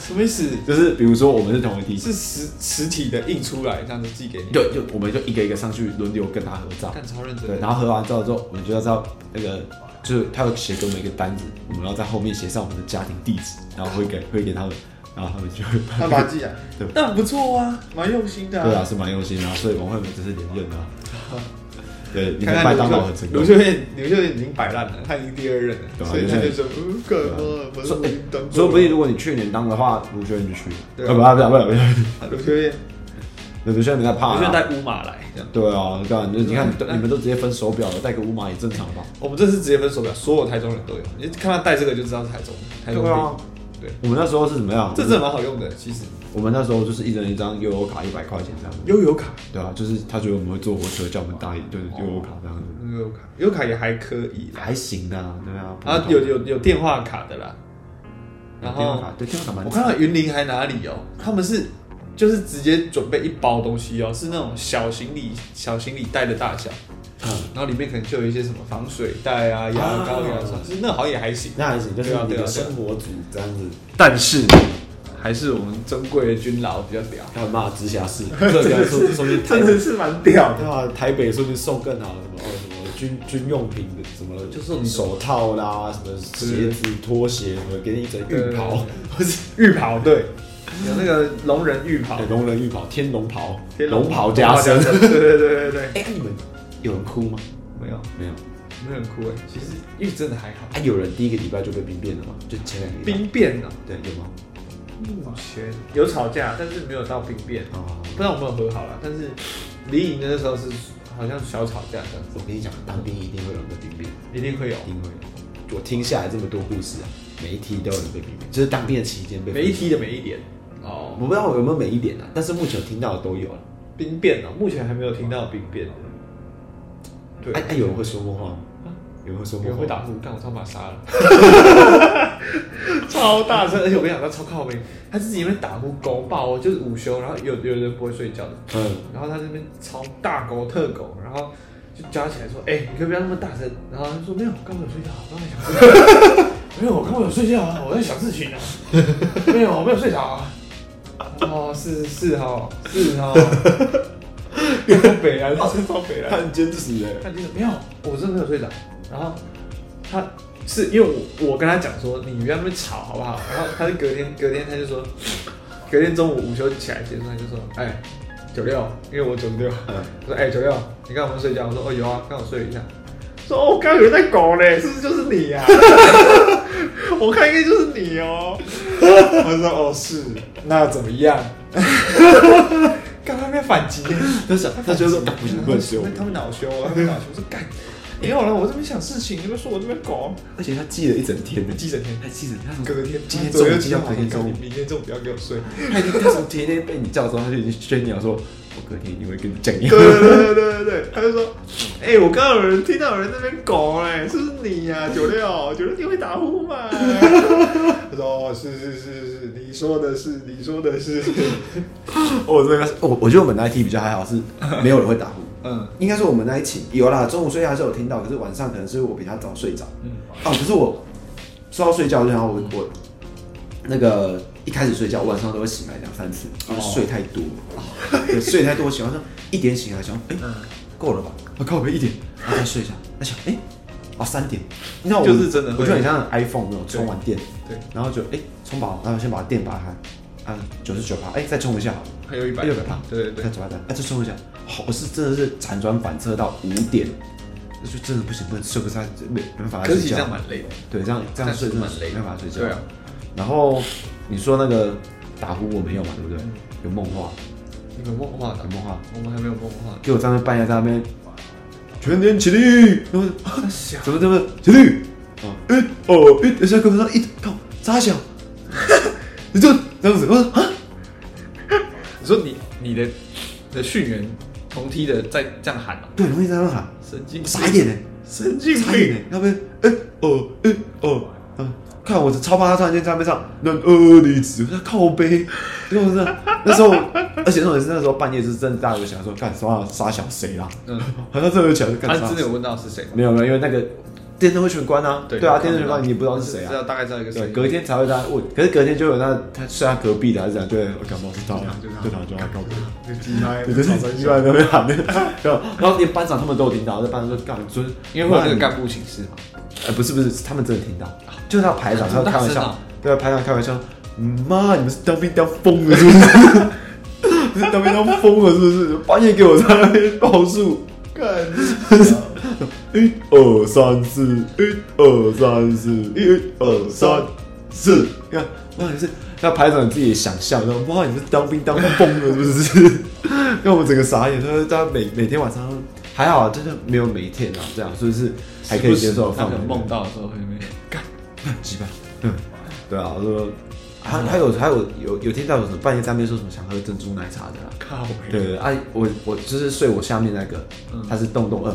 Speaker 2: 什么意思？
Speaker 1: *laughs* 就是比如说我们是同一梯，
Speaker 2: 是实实体的印出来，这样子寄给你。
Speaker 1: 就就我们就一个一个上去轮流跟他合照，
Speaker 2: 干超认真
Speaker 1: 对，
Speaker 2: 的。
Speaker 1: 然后合完照之后，我们就要知道那个，就是他有写给我们一个单子，我们要在后面写上我们的家庭地址，然后会给会给他们，然后他们就 *laughs* 会
Speaker 2: 他把它寄来
Speaker 1: 对，
Speaker 2: 那不错啊，蛮用心的、
Speaker 1: 对啊，，是蛮用心的、啊，所以王惠美真是连任啊。对，你
Speaker 2: 看
Speaker 1: 看
Speaker 2: 看
Speaker 1: 麦
Speaker 2: 卢
Speaker 1: 当劳
Speaker 2: 秀
Speaker 1: 很成功
Speaker 2: 啊卢。秀燕，卢秀燕已经摆烂了，她已经第二任了，
Speaker 1: 对啊
Speaker 2: 所以她
Speaker 1: 卢秀
Speaker 2: 就
Speaker 1: 燕
Speaker 2: 说，嗯，干嘛？反
Speaker 1: 所
Speaker 2: 正我已
Speaker 1: 以
Speaker 2: 经当过了
Speaker 1: 所以不是，如果你去年当的话，卢轩就去了。
Speaker 2: 对
Speaker 1: 啊，
Speaker 2: 啊
Speaker 1: 不不不不
Speaker 2: 啊卢秀燕，
Speaker 1: 不，卢轩你在怕
Speaker 2: 卢秀燕
Speaker 1: 啊？
Speaker 2: 带乌马来，这样。
Speaker 1: 对啊，你看，你看，你们都直接分手表了，戴个五码也正常吧？
Speaker 2: 我们这次直接分手表，所有台中人都有，你看他带这个就知道是台中，台中
Speaker 1: 对啊
Speaker 2: 人。对，
Speaker 1: 我们那时候是怎么样？
Speaker 2: 这真的蛮好用的，其实
Speaker 1: 我们那时候就是一人一张悠游卡，一百块钱这样子。
Speaker 2: 悠游卡，
Speaker 1: 对啊，就是他觉得我们会坐火车，叫我们搭一对悠游卡这样子，
Speaker 2: 悠游卡，悠游卡也还可以啦。
Speaker 1: 还行啊，对啊。
Speaker 2: 啊，有有有电话卡的啦，
Speaker 1: 电
Speaker 2: 然
Speaker 1: 话
Speaker 2: 后
Speaker 1: 卡，对电话卡蛮
Speaker 2: 我
Speaker 1: 值
Speaker 2: 看
Speaker 1: 的。
Speaker 2: 到云林还哪里哦，他们是就是直接准备一包东西哦，是那种小行李小行李袋的大小，
Speaker 1: 嗯
Speaker 2: 然后里面可能就有一些什么防水袋啊、牙膏、
Speaker 4: 啊
Speaker 2: 牙刷，其实那好像也还行。
Speaker 4: 那还行，就是
Speaker 2: 对啊
Speaker 4: 你
Speaker 2: 对啊
Speaker 4: 的
Speaker 2: 对啊
Speaker 4: 生活组这样子，
Speaker 1: 但是
Speaker 2: 还是我们珍贵的军佬比较屌，
Speaker 4: 干嘛直辖市，这个
Speaker 2: *laughs*
Speaker 4: 说说明台
Speaker 2: 真的是蛮屌的。
Speaker 4: 对啊，台北说不定送更好，什么哦什么军军用品的什么，
Speaker 2: 就是你
Speaker 4: 手套啦，什么鞋子、拖鞋，什么给你一整啊浴袍，
Speaker 2: 呃 *laughs* 不是浴袍，对，有那个龙人浴袍
Speaker 4: 哎，龙人浴袍、天龙袍、
Speaker 2: 天
Speaker 4: 龙袍加身。
Speaker 2: 对对对对对，
Speaker 4: *laughs* 哎，你们有人哭吗？
Speaker 2: 没有，
Speaker 4: 没有。
Speaker 2: 没有很酷哎，其实玉真的还好。
Speaker 4: 啊，有人第一个礼拜就被兵变了吗？就前两个礼拜。
Speaker 2: 兵变呢、
Speaker 4: 对，有吗？
Speaker 2: 目前有吵架，但是没有到兵变。
Speaker 4: 哦，
Speaker 2: 不知道有没有和好了，但是离营的那时候是好像小吵架这样子，
Speaker 4: 我跟你讲，当兵一定会有人被兵变，
Speaker 2: 一定会有
Speaker 4: 一。定会有。我听下来这么多故事啊，每一梯都有人被兵变，就是当兵的期间被。
Speaker 2: 每一梯的每一点哦，
Speaker 4: 我不知道有没有每一点啊，但是目前有听到的都有了。
Speaker 2: 兵变哦，目前还没有听到兵变。对，
Speaker 4: 哎哎，有人会说梦话吗
Speaker 2: 啊？
Speaker 4: 有人会说
Speaker 2: 有
Speaker 4: 梦
Speaker 2: 人
Speaker 4: 话？
Speaker 2: 会打呼，干我超把他杀了， *laughs* 超大声，而且我跟你讲，他超靠背，他自己那边打呼狗爆哦，就是午休，然后有有人不会睡觉的，
Speaker 4: 嗯。
Speaker 2: 然后他这边超大狗特狗，然后就叫他起来说：“哎、你可不可以不要那么大声。”然后他就说：“没有，我刚刚有睡觉，我刚刚有睡觉， *laughs* 没有，我刚刚有睡觉啊，我在想事情啊，没有，我没有睡着啊。”哦，是是哦，是 *laughs* 哦，超北来，是超北来。
Speaker 4: 汉奸死哎！
Speaker 2: 他就是没有，我真的没有睡着。然后他是因为我我跟他讲说，你不要那么吵好不好？然后他就隔天隔天他就说， *sniffs* 隔天中午午休起来结束，他就说，哎、九六，因为我九十六，我说哎九六，你刚刚有没有睡觉？我说哦有啊，刚好睡了一下。说哦，刚刚有人在搞嘞，是不是就是你 *laughs* 呀、我看应该就是你哦。我说哦是，那怎么 *laughs* 样？刚刚在反击。
Speaker 4: 他想，他觉得说，干不行，不能学我
Speaker 2: 他。们恼羞啊，他们恼羞，我说干，没有了，我这边想事情，你们说我这边搞，
Speaker 1: 而且他记了一整天呢，
Speaker 2: 记整天，
Speaker 1: 他记整天，他
Speaker 2: 隔天，
Speaker 1: 今天
Speaker 2: 左
Speaker 1: 中
Speaker 2: 右
Speaker 1: 午，今天
Speaker 2: 记
Speaker 1: 隔
Speaker 2: 好
Speaker 1: 天中午，
Speaker 2: 明天中午不要给我睡。
Speaker 1: 他已经他从前一天被你叫的时候，他就已经宣扬说，我隔天一定会跟你讲一
Speaker 2: 对对对对对对，他就说，哎、我刚刚有人听到有人在那边搞，哎，是不是你呀、九六，九六你会打呼吗？他说，哦，是是是是，你说的是，你说的是，哦
Speaker 1: 我这个，哦我我觉得我们那一期比较还好，是没有人会打呼。
Speaker 2: *laughs* 嗯
Speaker 1: 应该说我们那一期有啦，中午睡觉还是有听到，可是晚上可能是我比他早睡着。
Speaker 2: 嗯，
Speaker 1: 哦，可是我说到睡觉，然后我我那个一开始睡觉，我晚上都会
Speaker 2: 哦
Speaker 1: 醒来两三次，因为睡太多了，对睡太多，醒来晚上一点醒来想，哎、
Speaker 2: 嗯
Speaker 1: 够了吧？啊，靠背一点，然后再睡一下，再想，哎、啊三点，你看我
Speaker 2: 就是真的会
Speaker 1: 我就很像 iPhone 有没有充完电，
Speaker 2: 对，
Speaker 1: 然后就哎充饱，然后先把电拔开，啊九十九趴，哎再充一下好了，
Speaker 2: 还有一百
Speaker 1: 六百趴，
Speaker 2: 对对对
Speaker 1: 再，抓单，哎再充一下，好，我是真的是辗转反侧到五点，就真的不行，不能睡不着，没没法
Speaker 2: 可是
Speaker 1: 睡
Speaker 2: 其实
Speaker 1: 觉
Speaker 2: 这，样蛮累的，
Speaker 1: 对，这样这样睡真的
Speaker 2: 蛮累的
Speaker 1: 没法睡觉。
Speaker 2: 对啊
Speaker 1: 然后你说那个打呼我没有嘛，对不对？有梦话，
Speaker 2: 你们梦话的
Speaker 1: 有，梦话，
Speaker 2: 我们还没有梦话
Speaker 1: 给我在那半夜在那边全点起立，然后
Speaker 2: 的，在想
Speaker 1: 怎么怎么起立啊？一哦一，而且跟上一靠扎小，你就这样子，我说啊，
Speaker 2: 你说你你的你的训员同梯的在这样喊啊，
Speaker 1: 对，容易在那喊，
Speaker 2: 神经病
Speaker 1: 傻一点呢，
Speaker 2: 神经
Speaker 1: 傻一点
Speaker 2: 病
Speaker 1: 呢，，要不然哎哦哎哦，啊，看我这超怕他突然间在那边唱那呃离子，我在靠背， *laughs* 因为我真的那时候，而且那种是那时候半夜就是真的大家就想说干什么傻小谁啦，
Speaker 2: 嗯，
Speaker 1: 好像真的有想干
Speaker 2: 他
Speaker 1: 啥小
Speaker 2: 真
Speaker 1: 谁
Speaker 2: 的有问到是谁吗？
Speaker 1: 没有没有，因为那个电灯会全关啊，
Speaker 2: 对
Speaker 1: 啊，电
Speaker 2: 看不到
Speaker 1: 灯全关，你也不知道是谁
Speaker 2: 知道
Speaker 1: 啊，
Speaker 2: 大概知道一个
Speaker 1: 对，
Speaker 2: 谁，
Speaker 1: 隔天才会大家问，可是隔天就有那他睡他隔壁的还是怎样，对，我感冒知道了，
Speaker 4: 就
Speaker 1: 就是
Speaker 2: 啊
Speaker 4: 他
Speaker 1: 他就他告诉我。
Speaker 4: 那个鸡排，
Speaker 1: 对对对，就在那边喊的，然后然后连班长他们都有听到，在班长说干，就是
Speaker 2: 因为会有那个 *laughs*
Speaker 1: 部，
Speaker 2: 干部寝室嘛，
Speaker 1: 哎，不是不是，是他们真的听到，就是他排长，他开玩
Speaker 2: 这么大声
Speaker 1: 笑
Speaker 2: 啊，
Speaker 1: 对，排长开玩笑，嗯妈，你们是当兵当疯了是不是？你是当 *laughs* 兵当疯了是不是？半夜给我在那边报数，
Speaker 4: 干，
Speaker 1: 一二三四，一二三四，一二三四。你看，哇，你是那排长你自己也想象，说哇，你是当兵当疯了是不是？让我们整个傻眼。他说他每每天晚上还好，就是没有每一天啊，这样是不是还可以接受
Speaker 2: 时不时他
Speaker 1: 放
Speaker 2: 可能
Speaker 1: 纵
Speaker 2: 梦到的时候会那边干，
Speaker 1: 鸡巴，嗯，对啊，我说还还有还有有有听到有什么半夜在那边说什么想喝珍珠奶茶的、啊。
Speaker 2: 靠北，
Speaker 1: 对对，啊，我我就是睡我下面那个，
Speaker 2: 嗯
Speaker 1: 他是洞洞二，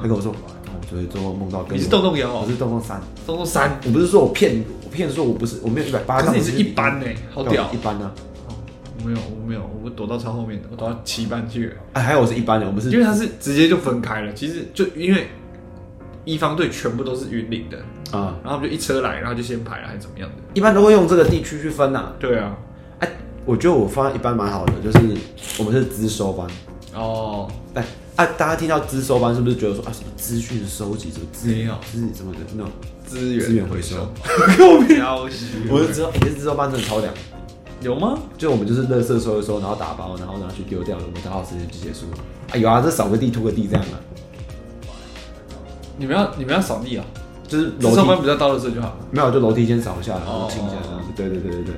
Speaker 1: 他跟我说，啊我昨天做梦梦到跟
Speaker 2: 你是
Speaker 1: 我
Speaker 2: 洞洞幺哦
Speaker 1: 我是洞洞三，
Speaker 2: 中中三，
Speaker 1: 我不是说我骗你，我骗说我不是，我没有一百八，
Speaker 2: 可是你是一班呢，好屌
Speaker 1: 一，般呢，啊
Speaker 2: 哦我没有我没有，我躲到超后面的，我躲到七班去了。
Speaker 1: 哎，还有我是一班的，我们
Speaker 2: 因
Speaker 1: 是
Speaker 2: 为他是直接就分开了。其实就因为一方队全部都是云林的，
Speaker 1: 啊，
Speaker 2: 然后他们就一车来，然后就先排了还是怎么样的？
Speaker 1: 一般都会用这个地区去分呐，
Speaker 2: 对啊，
Speaker 1: 哎，我觉得我放在一班蛮好的，就是我们是资收班，
Speaker 2: 哦，
Speaker 1: 哎啊，大家听到资收班是不是觉得说啊什么资讯收集什么资
Speaker 2: 没有
Speaker 1: 资什么的那种，
Speaker 2: 资源
Speaker 1: 资源回收，
Speaker 2: 够标识，
Speaker 1: 我就知道，哎，这资收班真的超凉。
Speaker 2: 有吗？
Speaker 1: 就我们就是垃圾收一收，然后打包，然后拿去丢掉，我们打好时间就结束了。啊，有啊，这扫个地、拖个地这样啊，
Speaker 2: 你们要你们要扫地啊？
Speaker 1: 就是
Speaker 2: 只
Speaker 1: 楼
Speaker 2: 上班
Speaker 1: 梯
Speaker 2: 比较到了这就好了。
Speaker 1: 没有，就楼梯先扫一下，然
Speaker 2: 哦
Speaker 1: 后清一下这样子。对对对对对。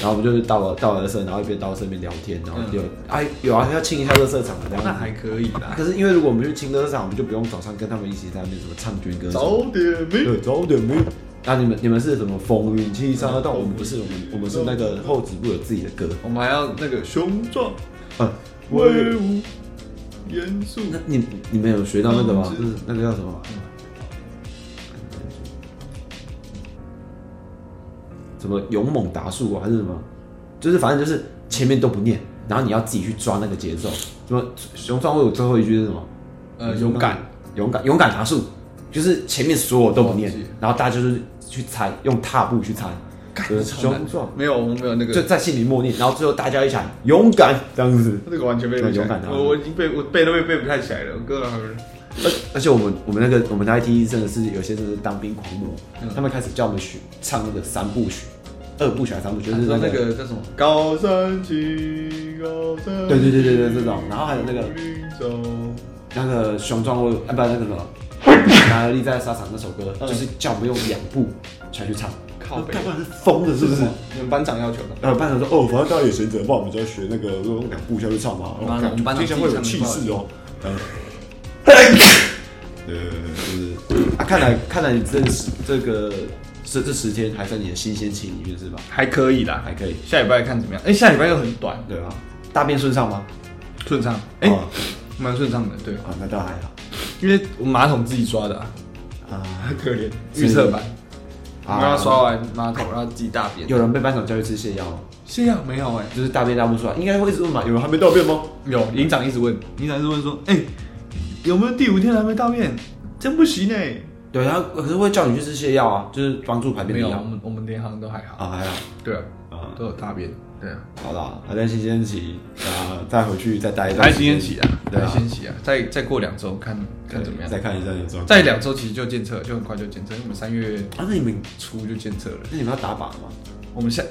Speaker 1: 然后我们就是到了到了垃圾，然后一边倒垃圾一边聊天，然后就、啊有啊要清一下垃圾场的这样
Speaker 2: 那
Speaker 1: 子。啊
Speaker 2: 还可以啦。
Speaker 1: 可是因为如果我们去清垃圾场，我们就不用早上跟他们一起在那边什么唱军歌什么的。
Speaker 2: 点没
Speaker 1: 对，早点没。那、你们你们是什么风云七杀？但我们不是，我们我们是那个后子部有自己的歌。
Speaker 2: 我们还要那个雄壮
Speaker 1: 嗯，
Speaker 2: 威武严肃，
Speaker 1: 那你你们有学到那个吗？
Speaker 2: 嗯
Speaker 1: 就是那个叫什么？什么勇猛达数啊，还是什么？就是反正就是前面都不念，然后你要自己去抓那个节奏。什么雄壮威武最后一句是什么？
Speaker 2: 呃，勇敢，，
Speaker 1: 勇敢，勇敢达数，就是前面所有都不念
Speaker 2: 忘记，
Speaker 1: 然后大家就是去猜，用踏步去猜。就是
Speaker 2: 超难
Speaker 1: 雄壮，
Speaker 2: 没有，我们没有那个，
Speaker 1: 就在心里默念，然后最后大家一起喊勇敢这样子。
Speaker 2: 那个完全背不起
Speaker 1: 勇
Speaker 2: 来
Speaker 1: 敢，啊
Speaker 2: 我我已经背我背都背背不太起来了，我哥老师。
Speaker 1: 而而且我们我们那个我们那一批真的是有些真的是当兵狂魔，
Speaker 2: 嗯
Speaker 1: 他们开始叫我们学唱那个三部曲、二部曲还是三部曲，就是
Speaker 2: 你知道
Speaker 1: 啊那
Speaker 2: 那
Speaker 1: 个
Speaker 2: 个叫什么？高山青，高山
Speaker 1: 对对对对对这种然后还有那个那个雄壮威武啊，不那个什 *laughs* 么拿尔利在沙场那首歌，
Speaker 2: 嗯
Speaker 1: 就是叫我们用两部才去唱，
Speaker 2: 靠北
Speaker 1: 干嘛是疯了是不是？
Speaker 2: 你们班长要求的？
Speaker 1: 然后班长说：“哦，反正大家也谁责骂，我们就要学那个用两步下去唱嘛，
Speaker 2: 妈的我们班长
Speaker 1: 听起来会有气势哦。”嗯，对，就是啊，看来看来你这十这个这这十天还在你的新鲜期里面是吧？
Speaker 2: 还可以啦，
Speaker 1: 还可以，
Speaker 2: 下礼拜看怎么样？哎，下礼拜又很短，
Speaker 1: 对吧？大便顺畅吗？
Speaker 2: 顺畅，哎
Speaker 1: 哦，
Speaker 2: 蛮顺畅的，对，
Speaker 1: 啊，那倒还好
Speaker 2: 因为我马桶自己刷的啊，
Speaker 1: 啊。
Speaker 2: 可怜，预测版，我
Speaker 1: 啊
Speaker 2: 让他刷完马桶，让他自己大便。
Speaker 1: 有人被班长叫去吃泻药吗？
Speaker 2: 这样没有哎？
Speaker 1: 就是大便大不出来，应该会一直问嘛？有人还没大便吗？
Speaker 2: 有，营长一直问，营长一直问说，哎，有没有第五天还没大便？真不行哎。
Speaker 1: 对，然后可是会叫你去吃泻药啊，就是帮助排便
Speaker 2: 没有，
Speaker 1: 的
Speaker 2: 我
Speaker 1: 药
Speaker 2: 们我们连行都还好，
Speaker 1: 啊，还好
Speaker 2: 对啊，
Speaker 1: 啊。
Speaker 2: 都有大便，对啊。
Speaker 1: 好啦，还在新鲜期，大家再回去再待一段
Speaker 2: 还
Speaker 1: 时
Speaker 2: 是先
Speaker 1: 间，
Speaker 2: 洗啊，
Speaker 1: 对
Speaker 2: 还
Speaker 1: 啊
Speaker 2: 是先洗啊，再再过两周看看怎么样。
Speaker 1: 再看一下你的状况。
Speaker 2: 再两周其实就检测，就很快就检测，因为我们三月
Speaker 1: 啊，那你们
Speaker 2: 初就检测了。
Speaker 1: 那你们要打靶吗？
Speaker 2: 我们下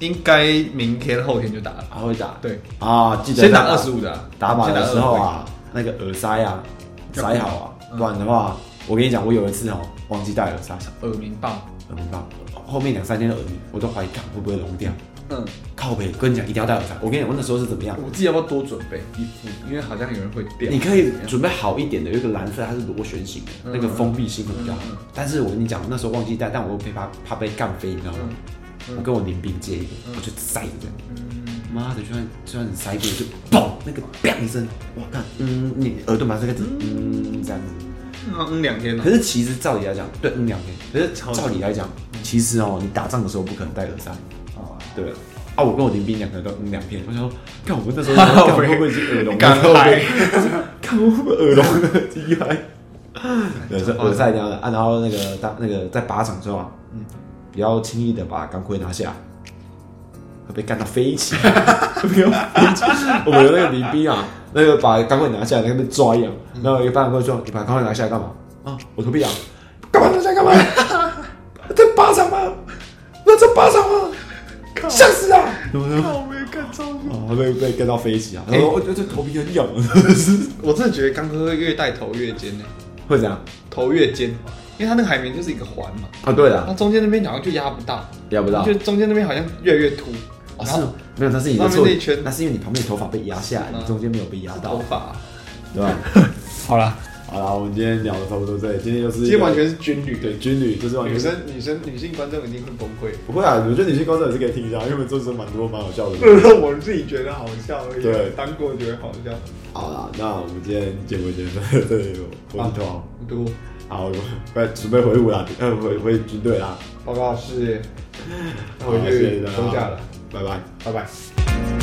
Speaker 2: 应该明天后天就打了。
Speaker 1: 还会打
Speaker 2: 对，
Speaker 1: 啊，记得
Speaker 2: 先打
Speaker 1: 再
Speaker 2: 二十五的啊，
Speaker 1: 打靶
Speaker 2: 先打
Speaker 1: 的时候
Speaker 2: 25，
Speaker 1: 啊，那个耳塞啊，
Speaker 2: 要
Speaker 1: 塞好啊，
Speaker 2: 嗯
Speaker 1: 不然的话，我跟你讲，我有一次哦，忘记带耳塞，
Speaker 2: 耳鸣爆。
Speaker 1: 耳鸣到后面两三天的耳鸣，我都怀疑干会不会聋掉。
Speaker 2: 嗯，
Speaker 1: 靠北，跟你讲，一定要戴耳塞。我跟你讲，我那时候是怎么样？
Speaker 2: 我自己要不要多准备一副？因为好像有人会掉。
Speaker 1: 你可以准备好一点的，有一个蓝色，它是螺旋形的，
Speaker 2: 嗯
Speaker 1: 那个封闭性会比较好
Speaker 2: 嗯嗯。
Speaker 1: 但是我跟你讲，我那时候忘记带，但我又怕怕被干飞，你知道吗
Speaker 2: 嗯？嗯
Speaker 1: 我跟我林斌借一个，我就塞着。
Speaker 2: 嗯，
Speaker 1: 妈的，就算就算你塞过就嘣，那个砰一声，哇，看，嗯，你耳朵马上开始嗯这样子。
Speaker 2: 嗯，两天了
Speaker 1: 可。是其实照理来讲，对，嗯，两天。可是
Speaker 2: 超
Speaker 1: 照理来讲，其实哦，你打仗的时候不可能戴耳塞，
Speaker 2: 哦
Speaker 1: 对。啊，我跟我林斌两个都嗯两片，我想说，看我们
Speaker 2: *laughs*
Speaker 1: 那时候干会不会已经耳聋了？
Speaker 2: 敢
Speaker 1: 会不会
Speaker 2: 嗨
Speaker 1: 看我会不会耳聋了？厉害。 *laughs* 对，是耳塞这样的啊，然后那个当那个在靶场之后啊，嗯，不要轻易的把钢盔拿下来，会被干到飞起，会被干到飞起。我们有那个林兵啊，那个把钢盔拿下来，跟被抓一样。然后有一班人跟我说：“你把钢盔拿下来干嘛？”啊，我头皮痒，干嘛拿下来干嘛？在靶场吗？那在靶场吗？吓死啊了！
Speaker 2: 靠，没看超
Speaker 1: 啊，被被干到飞起啊！然后我觉得这头皮很痒，是
Speaker 2: 我真的觉得刚哥越戴头越尖呢，
Speaker 1: 会怎样？
Speaker 2: 头越尖，因为他那个海绵就是一个环嘛，
Speaker 1: 啊，对
Speaker 2: 它
Speaker 1: 了，
Speaker 2: 中间那边好像就压不到，
Speaker 1: 压不到
Speaker 2: 嗯就。中间那边好像越来越凸。
Speaker 1: 哦，
Speaker 2: 然
Speaker 1: 是
Speaker 2: 后
Speaker 1: 吗没有，那是你的错
Speaker 2: 外面那一圈，
Speaker 1: 那是因为你旁边的头发被压下来，
Speaker 2: 嗯
Speaker 1: 你中间没有被压
Speaker 2: 头
Speaker 1: 到，
Speaker 2: 发。啊
Speaker 1: 对吧？
Speaker 2: 好啦，
Speaker 1: 好啦，我们今天聊的差不多这里，今天就是一个
Speaker 2: 今天完全是军旅，
Speaker 1: 对军旅，就是完全
Speaker 2: 女生女生女性观众一定会崩溃。
Speaker 1: 不会啊，我觉得你去高中也是可以听一下，因为我们做出蛮多蛮好笑的。
Speaker 2: *laughs* 我自己觉得好笑而已，
Speaker 1: 对
Speaker 2: 当过觉得好笑。
Speaker 1: 好啦，那我们今天节目就到这里了，我是头，
Speaker 2: 读
Speaker 1: 好，我快准备回伍啦，呃，回回军队啦，
Speaker 2: 报告是，那
Speaker 1: 好
Speaker 2: 我
Speaker 1: 谢谢
Speaker 2: 去
Speaker 1: 大家
Speaker 2: 休假了，
Speaker 1: 拜拜。
Speaker 2: 拜拜。